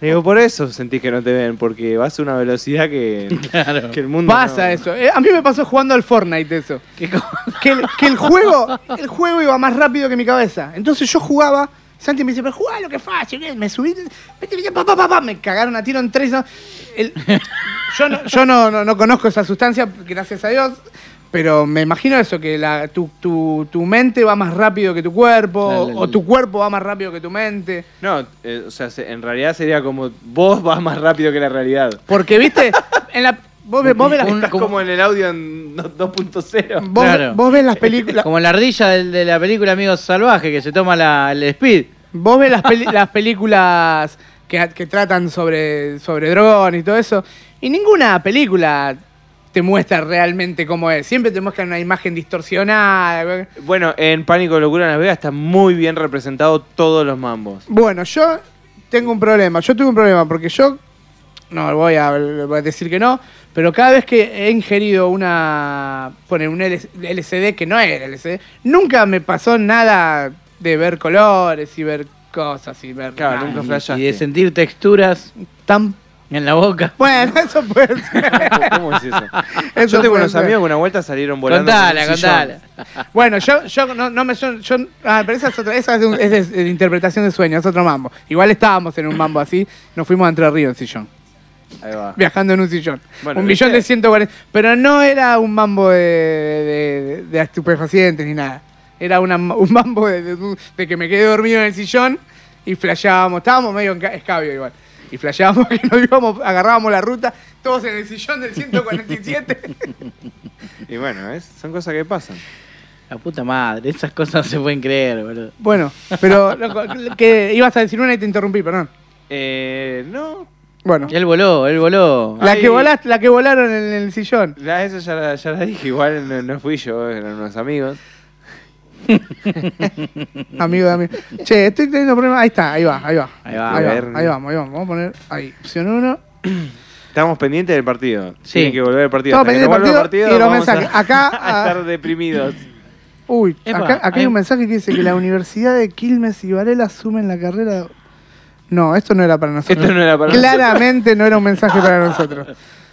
Le digo, por eso sentís que no te ven, porque vas a una velocidad que,
Claro.
que el mundo.
pasa
no-
eso. Eh, a mí me pasó jugando al Fortnite eso.
Qué co-
que el, que el juego el juego iba más rápido que mi cabeza. Entonces yo jugaba, Santi me dice, pero jugá lo que fácil, ¿qué? me subí, vete, vete, pa, pa, pa, pa, me cagaron a tiro en tres. ¿no? El- yo no, yo no, no, no conozco esa sustancia, gracias a Dios, pero me imagino eso, que la, tu, tu, tu mente va más rápido que tu cuerpo,
La, la, la.
o tu cuerpo va más rápido que tu mente.
No, eh, o sea, se- en realidad sería como vos vas más rápido que la realidad.
Porque, viste, en la, vos, ve- vos, ves las-
Estás
como-
como en el audio en no- 2.0.
vos-
Claro.
vos ves las películas...
Como la ardilla del- de, la película Amigos Salvajes que se toma la, el speed.
Vos ves las, peli- las películas que, que tratan sobre, sobre drogones y todo eso, y ninguna película te muestra realmente cómo es. Siempre te muestran una imagen distorsionada.
Bueno, en Pánico Locura en Las Vegas está muy bien representado todos los mambos.
Bueno, yo tengo un problema. Yo tuve un problema porque yo. No, voy a, voy a decir que no, pero cada vez que he ingerido una. Poner un LCD que no era LCD, nunca me pasó nada de ver colores y ver cosas y ver.
Claro,
nada.
nunca
Y-
flashaste.
Y de sentir texturas
Tan-
en la boca.
Bueno, eso puede ser.
¿Cómo es eso?
Eso
Yo tengo
puede
unos
ser.
amigos que una vuelta salieron volando. por un
Contala,
sillón.
contala.
Bueno, yo, yo no, no me. Yo, yo- ah, pero esa es otra. Esa es, de un- es de, es de interpretación de sueños, es otro mambo. Igual estábamos en un mambo así, nos fuimos a Entre Ríos en sillón,
Ahí va.
viajando en un sillón.
Bueno,
un
¿viste?
billón de 140. Pero no era un mambo de, de, de estupefacientes ni nada. Era una- un mambo de, de- de que me quedé dormido en el sillón y flasheábamos. Estábamos medio en ca- escabio igual. Y flasheábamos que nos íbamos, agarrábamos la ruta, todos en el sillón del 147.
Y bueno, ¿ves? son cosas que pasan.
La puta madre, esas cosas no se pueden creer, boludo.
Bueno, pero loco, que ibas a decir una y te interrumpí, perdón.
Eh, no,
Bueno,
Él voló, él voló.
la
ahí-
que, volaste, la que volaron en el sillón.
la, eso ya la, ya la dije. Igual no, no fui yo, eran unos amigos.
Amigo de amigo. Che, estoy teniendo problemas. Ahí está, ahí va, ahí va.
Ahí va,
ahí, va,
Bernie.
ahí vamos, ahí vamos. Vamos a poner ahí. Opción 1.
Estábamos pendientes del partido.
Sí.
Tiene que volver el partido.
Estamos
Hasta que no
pendientes del
vuelva el
partido y los
vamos a-
mensajes. Acá,
a
ah.
estar deprimidos.
Uy,
Epa,
acá, acá hay
ahí-
un mensaje que dice que la Universidad de Quilmes y Varela asumen la carrera. No, esto no era para nosotros.
Esto no era para nosotros.
Claramente no era un mensaje para nosotros.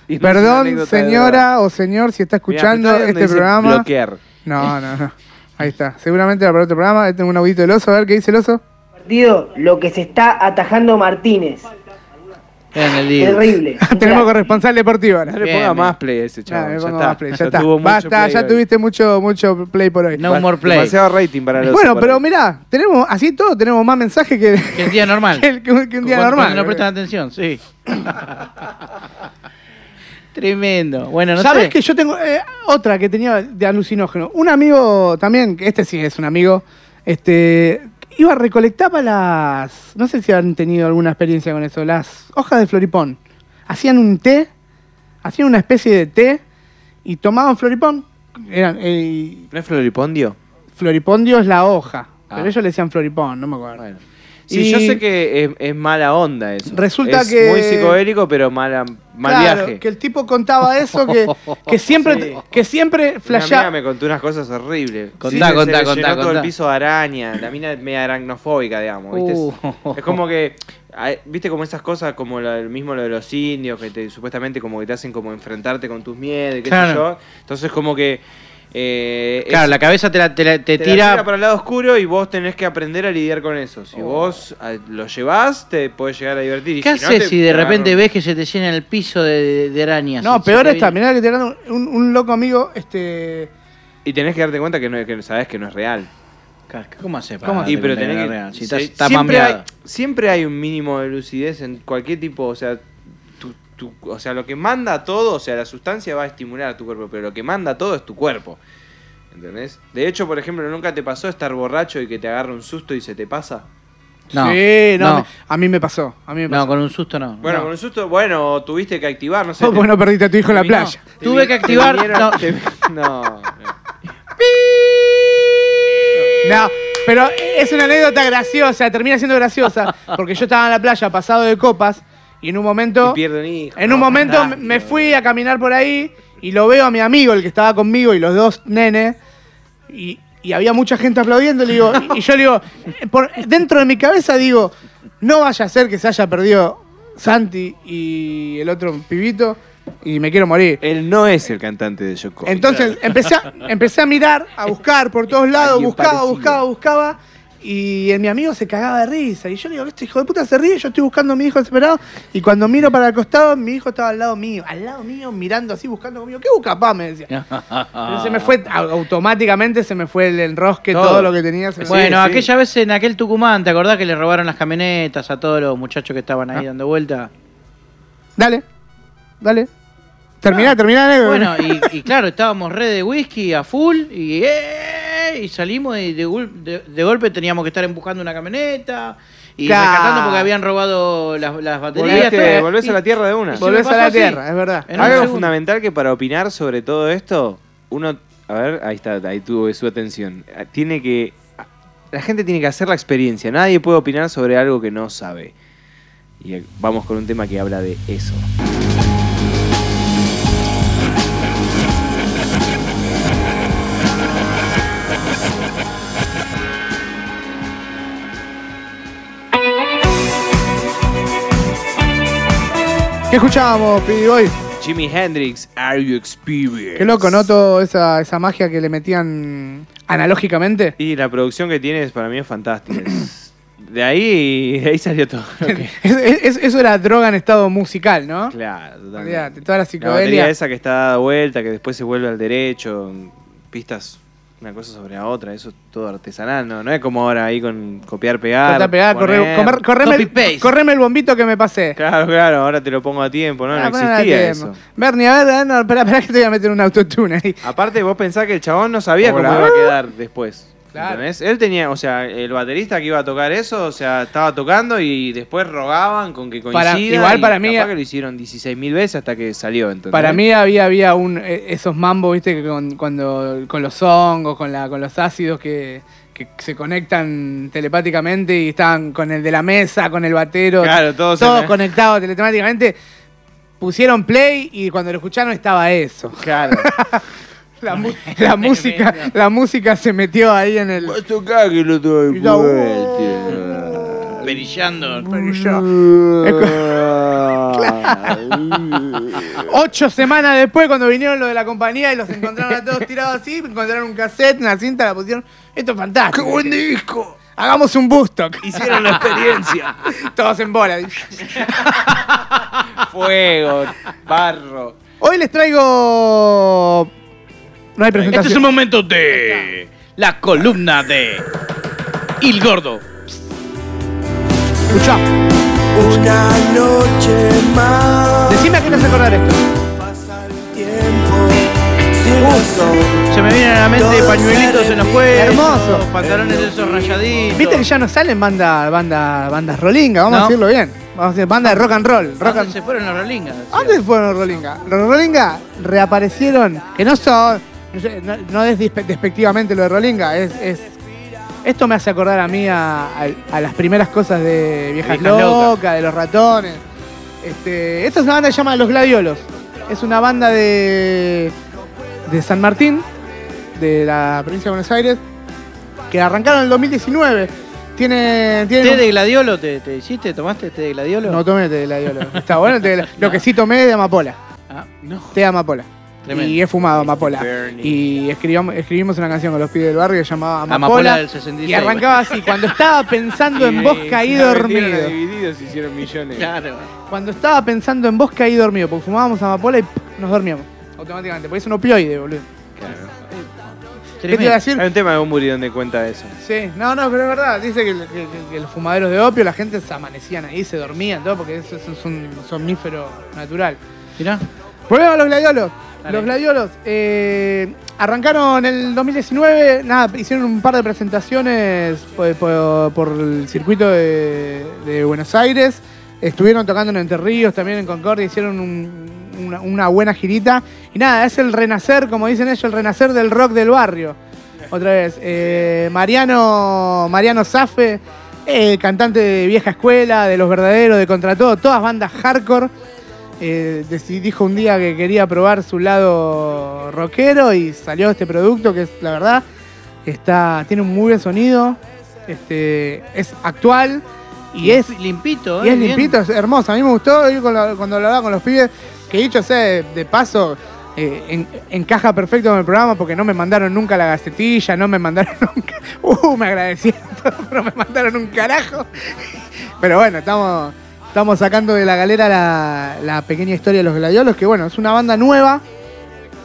Y no es una
Perdón,
anécdota de
señora o señor, si está
Mirá,
escuchando
apretá donde
este
dice
programa.
Bloquear.
No, no, no. Ahí está. Seguramente era para otro programa. Ahí tengo un audito del oso. A ver qué dice el oso.
Partido, lo que se está atajando Martínez.
en el libro.
Terrible.
Tenemos corresponsal deportivo ahora.
No le
Bien,
ponga
bien.
más play a ese
Nah,
chaval.
me
ya
pongo
está.
más play, ya
Ya
está.
tuvo mucho
Basta,
play
ya
hoy.
tuviste mucho, mucho play por hoy.
No more play.
Demasiado rating para los
bueno,
para-
pero mirá, tenemos, así todo tenemos más mensajes que,
Que el día normal.
que el- que un, que un día
Cuando-
normal.
Cuando no prestan atención, sí. Tremendo. Bueno, no
¿Sabes
sé.
que yo tengo eh, otra que tenía de alucinógeno? Un amigo también, que este sí es un amigo, este iba a recolectar para las. No sé si han tenido alguna experiencia con eso, las hojas de floripón. Hacían un té, hacían una especie de té y tomaban floripón. Eran, eh,
¿No es floripondio?
floripondio es la hoja,
Ah.
pero ellos le decían floripón, no me acuerdo.
Bueno. Sí,
Y-
yo sé que es, es mala onda eso.
Resulta
es
que-
Muy psicodélico, pero mala, mal
Claro,
viaje.
que el tipo contaba eso, que, que siempre, que siempre
La mina
flashaba.
me contó unas cosas horribles.
Contá,
que
contá,
se le
contá,
llenó todo
contá.
el piso de araña. La mina es media aracnofóbica, digamos. ¿viste?
Uh.
Es, es como que. ay, ¿Viste como esas cosas como lo, el mismo lo de los indios, que te, supuestamente como que te hacen como enfrentarte con tus miedos y qué sé
Claro.
yo? Entonces, como que. eh,
Claro,
es-
la cabeza te, la- te la- te
te la
tira.
para el lado oscuro y vos tenés que aprender a lidiar con eso. Si vos ah, lo llevás, te podés llegar a divertir. Y
Oh. ¿Qué
si no,
haces
te-
si de
te agarra
repente
un-
ves que se te llena el piso de, de- de arañas?
No,
Se- se
peor
te
está,
viene-
mirá que tenían un- un, un loco amigo, este.
Y tenés que darte cuenta que, no, que sabés que no es real.
Casca, ¿Cómo haces?
¿Cómo
para
haces?
Y pero
tener
tenés
arañas?
que.
Si estás,
sí,
estás
siempre, hay,
mameado.
siempre hay un mínimo de lucidez en cualquier tipo. O sea, tu- tu- o sea, lo que manda todo, o sea, la sustancia va a estimular a tu cuerpo, pero lo que manda todo es tu cuerpo. ¿Entendés? De hecho, por ejemplo, ¿nunca te pasó estar borracho y que te agarre un susto y se te pasa?
No,
Sí, no,
no.
me- a mí me pasó. A mí me
No,
pasó.
con un susto no.
Bueno,
No.
con un susto, bueno, tuviste que activar, no sé. te-
Vos no perdiste a tu hijo en la
No,
playa.
Te
Tuve
vi-
que
te
activar.
vinieron-
no.
te- no.
No, pero es una anécdota graciosa, termina siendo graciosa, porque yo estaba en la playa pasado de copas y en un momento.
Y pierde un hijo.
En un momento me- me fui a caminar por ahí y lo veo a mi amigo, el que estaba conmigo, y los dos nenes, y, y había mucha gente aplaudiendo, le digo, y yo le digo, por- dentro de mi cabeza digo, no vaya a ser que se haya perdido Santi y el otro pibito, y me quiero morir.
Él no es el cantante de Yoko.
Entonces empecé a, empecé a mirar, a buscar por todos lados,
Alguien
buscaba,
parecido.
buscaba, buscaba. Y en mi amigo se cagaba de risa. Y yo le digo, este hijo de puta se ríe, yo estoy buscando a mi hijo desesperado. Y cuando miro para el costado, mi hijo estaba al lado mío, al lado mío, mirando así, buscando conmigo. ¿Qué busca, pa? Me decía. Pero se me fue, au- automáticamente se me fue el enrosque, todo,
Todo.
lo que tenía. se me-
Bueno,
sí.
aquella vez en aquel Tucumán, ¿te acordás que le robaron las camionetas a todos los muchachos que estaban
Ah.
ahí dando vuelta?
Dale, dale. Terminá, terminá. negro.
Bueno, y, y claro, estábamos re de whisky a full y, ¡eh! y salimos y de, gol- de- de golpe teníamos que estar empujando una camioneta y
Claro.
rescatando porque habían robado las, las baterías.
Volviste,
todo.
volvés
Y-
a la tierra de una.
y se me
Volvés a
pasó
la
así.
tierra, es verdad.
En un
Algo
segundo.
fundamental que para opinar sobre todo esto, uno, a ver, ahí está, ahí tuvo su atención. Ah, Tiene que, la gente tiene que hacer la experiencia. Nadie puede opinar sobre algo que no sabe. Y eh, vamos con un tema que habla de eso.
¿Qué escuchábamos, Pidiboy?
Jimi Hendrix, Are You Experienced?
Qué loco, ¿no? Toda esa, esa magia que le metían analógicamente.
Y la producción que tienes para mí es fantástica. Es- De ahí, de ahí salió todo. lo que-
Es- es- eso era droga en estado musical, ¿no?
Claro, totalmente.
Olvídate, toda la
La batería
psicodelia.
esa que está dada vuelta, que después se vuelve al derecho, pistas una cosa sobre la otra, eso es todo artesanal, ¿no? No es como ahora ahí con copiar, pegar.
Corta, pegar,
poner.
correr, comer- correme,
Copy paste.
el, correme el bombito que me pasé.
Claro, claro, ahora te lo pongo a tiempo, ¿no?
Ah,
no
bueno, la
existía
tengo.
eso.
Bernie, a ver, no, espera, espera que te voy a meter un autotune ahí.
Aparte, vos pensás que el chabón no sabía
Hola.
cómo iba a quedar después.
Claro.
¿entendés? Él tenía, o sea, el baterista que iba a tocar eso, o sea, estaba tocando y después rogaban con que coincida.
Para- igual
y
para mí-
capaz que lo hicieron 16.000 veces hasta que salió, ¿entendés?
Para mí había, había un, eh, esos mambos, viste, que con, cuando, con los hongos, con, la, con los ácidos que, que se conectan telepáticamente y estaban con el de la mesa, con el batero.
Claro, todos en la-
conectados telemáticamente. Pusieron play y cuando lo escucharon estaba eso.
Claro.
La, mu- la música, la música se metió ahí en el.
Vos tocá que lo doy
Y da-
vuelta.
Perillando.
Ocho semanas después, cuando vinieron los de la compañía y los encontraron a todos tirados así, encontraron un cassette, una cinta, la pusieron. Esto es fantástico. ¡Qué buen disco! Hagamos un Bustock.
Hicieron la experiencia.
Todos en bola.
Fuego, barro.
Hoy les traigo. No hay
Este es el
presentación.
momento de la columna de Il Gordo.
Escuchá.
Una noche más.
Decime a qué te hace acordar esto.
Pasa el tiempo. Sin razón.
Se me vienen a la mente pañuelitos en los cuellos.
Hermoso.
Pantalones de esos rayaditos.
Viste que ya no salen banda, banda, bandas rolinga, vamos
No.
a decirlo bien. Vamos a decir, banda de rock and roll.
¿A
Rock
dónde
and...
Ah, se fueron los rolingas?
¿A ¿Dónde fueron los rolinga? Los rolinga reaparecieron, que no son, no sé, no, no es dispe- despectivamente lo de rolinga, es, es- Esto me hace acordar a mí a, a- a las primeras cosas de Viejas,
Viejas
Locas,
Locas.
de Los Ratones. Este, esta es una banda que se llama Los Gladiolos. Es una banda de, de San Martín, de la provincia de Buenos Aires, que arrancaron en el 2019. Tienen, tienen
¿Té
un-
de gladiolo te, te hiciste? ¿Tomaste té de gladiolo?
no tomé té de gladiolo. Está bueno el té de gla- Lo que sí tomé es de amapola.
Ah,
Té de amapola.
Tremendo.
Y he fumado amapola.
Bernie.
Y escribamos- escribimos una canción con los pibes del barrio que se llamaba Amapola.
Amapola del 66.
y arrancaba así, cuando estaba pensando en vos caí dormido.
Divididos hicieron millones.
Claro.
Cuando estaba pensando en vos caí dormido, porque fumábamos amapola y pff, nos dormíamos automáticamente. Porque es un opioide, boludo. ¿Qué te iba a decir?
Hay un tema de un buridón de cuenta de eso.
Sí, no, no, pero es verdad. Dice que, que- que- que los fumaderos de opio, la gente se amanecían ahí, se dormían, todo, porque eso es un somnífero natural.
Mirá.
Volvemos a los gladiolos.
Dale.
Los gladiolos eh, arrancaron el 2019, nada, hicieron un par de presentaciones por, por- por el circuito de, de Buenos Aires. Estuvieron tocando en Entre Ríos, también en Concordia, hicieron un- una, una buena girita. Y nada, es el renacer, como dicen ellos, el renacer del rock del barrio. Otra vez, eh, Mariano, Mariano Safe, eh, cantante de vieja escuela, de Los Verdaderos, de Contra Todo, todas bandas hardcore. Eh, deci- dijo un día que quería probar su lado rockero y salió este producto que es la verdad está tiene un muy buen sonido este es actual y es
limpito,
y
¿eh?
es
Bien.
limpito es hermoso a mí me gustó yo con la- cuando lo hablaba con los pibes que dicho sea de, de paso eh, en- encaja perfecto con el programa porque no me mandaron nunca la gacetilla no me mandaron nunca uh me agradecieron todo, pero me mandaron un carajo pero bueno, estamos, estamos sacando de la galera la, la pequeña historia de los Gladiolos, que bueno, es una banda nueva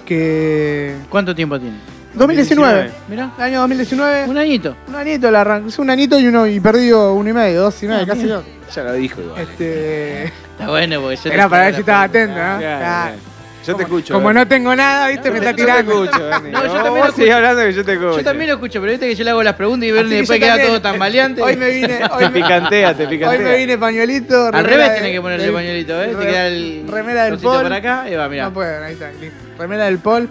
que...
¿Cuánto tiempo tiene?
2019.
Mirá.
El año 2019,
Un añito.
un anito la arrancó, es un anito y uno y perdido uno y medio, dos y medio, casi dos.
Ya lo dijo igual.
Este,
Está bueno porque yo
era para ver si estaba
atento.
atento, ¿no? Ah,
Yo te escucho.
Como
Bernie.
no tengo nada, viste, me
Yo
está
te
tirando.
escucho, Bernie.
No, yo
Vos
también lo
seguí
escucho.
hablando que yo te escucho.
Yo también lo escucho, pero viste que yo le hago las preguntas y Bernie
Así que
después
yo
queda
también.
todo tambaleante.
Hoy me vine, hoy
Te
me,
picantea, te
hoy me
picantea.
vine pañuelito.
Al
remera
revés
de-
tenés que ponerle
del-
el pañuelito, ¿eh? Te
re-
queda el
remera del
cosito
pol.
para acá y va, mirá.
No pueden, ahí está, listo. Remera del Pol.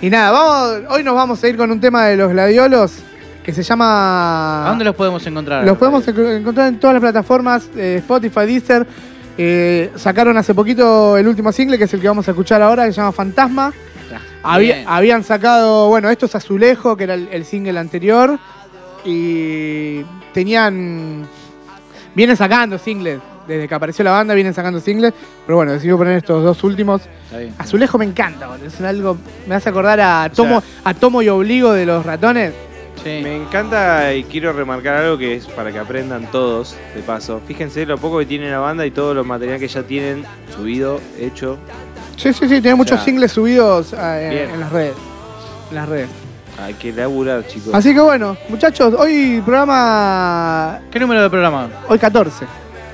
Y nada, vamos, hoy nos vamos a ir con un tema de los gladiolos que se llama.
¿A dónde los podemos encontrar?
Los podemos enco- encontrar en todas las plataformas, eh, Spotify, Deezer. Eh, sacaron hace poquito el último single, que es el que vamos a escuchar ahora, que se llama Fantasma. Había-
Bien.
habían sacado, bueno, esto es Azulejo, que era el, el single anterior. Y tenían. Vienen sacando singles. Desde que apareció la banda, vienen sacando singles. Pero bueno, decidí poner estos dos últimos.
Está bien.
Azulejo me encanta, boludo. Es un algo. Me hace acordar a Tomo, a Tomo y Obligo de los ratones.
Sí.
Me encanta y quiero remarcar algo que es para que aprendan todos, de paso. Fíjense lo poco que tiene la banda y todo lo material que ya tienen subido, hecho.
Sí, sí, sí, tiene muchos
Ya.
singles subidos eh, en,
Bien.
las redes. En las redes.
Hay que laburar, chicos.
Así que bueno, muchachos, hoy programa.
¿Qué número de programa?
Hoy 14.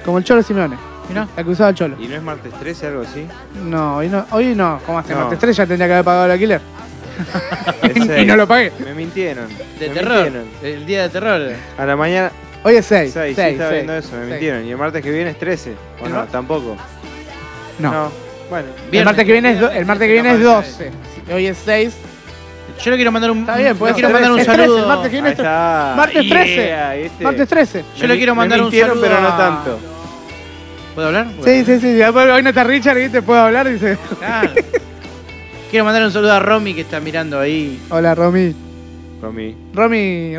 Como el Cholo Simeone.
Mirá.
La que usaba el Cholo.
¿Y no es martes 13, algo así?
No, hoy no. Hoy no. ¿Cómo hace?
No.
Martes 3 ya tendría que haber pagado el alquiler. y
seis.
no lo pagué.
Me mintieron.
De
me
terror.
mintieron.
El día de terror.
A la mañana
Hoy es 6.
6, sí, estaba viendo eso, me mintieron. Y el martes que viene es 13. ¿O no? Tampoco.
No.
Bueno.
El
Viernes.
martes que viene es, do- el martes que viene es
No, martes.
12. Y hoy es 6.
Yo le quiero mandar un,
Está bien,
le
pues.
quiero mandar un
El
saludo.
martes que
Ahí
viene es
está.
Martes 13.
¿viste?
Martes 13.
Yo le quiero
Me
mandar un
mintieron,
saludo.
pero no
a-
tanto.
¿Puedo hablar?
Sí, sí, sí. Hoy no está Richard, ¿viste? Puedo hablar, dice.
Claro. ah. Quiero mandar un saludo a Romy que está mirando ahí.
Hola, Romy.
Romy.
Romy, Romy,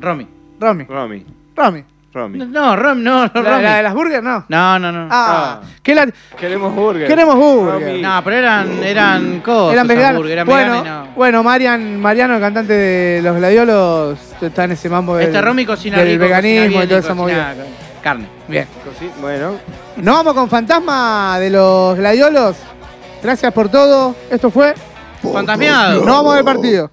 Romy.
Romy,
Romy.
Romy.
Romy.
No, Rom, no, no,
La,
Romy.
la de las burgers, no.
No, no, no.
Ah, que la-
Queremos burger.
queremos burger.
Romy.
No, pero eran, eran cosas.
Eran veganos.
hamburguesas, eran
bueno,
veganas y no.
bueno Marian, Mariano, el cantante de Los Gladiolos, está en ese mambo del,
Este Romy cocina
del
rico, cocina
veganismo
bien
y toda esa
cocina
movida.
con Carne.
Bien.
Cosi- Bueno,
Nos vamos con Fantasma de Los Gladiolos. Gracias por todo. Esto fue...
Fantasmeado.
Nos vamos del partido.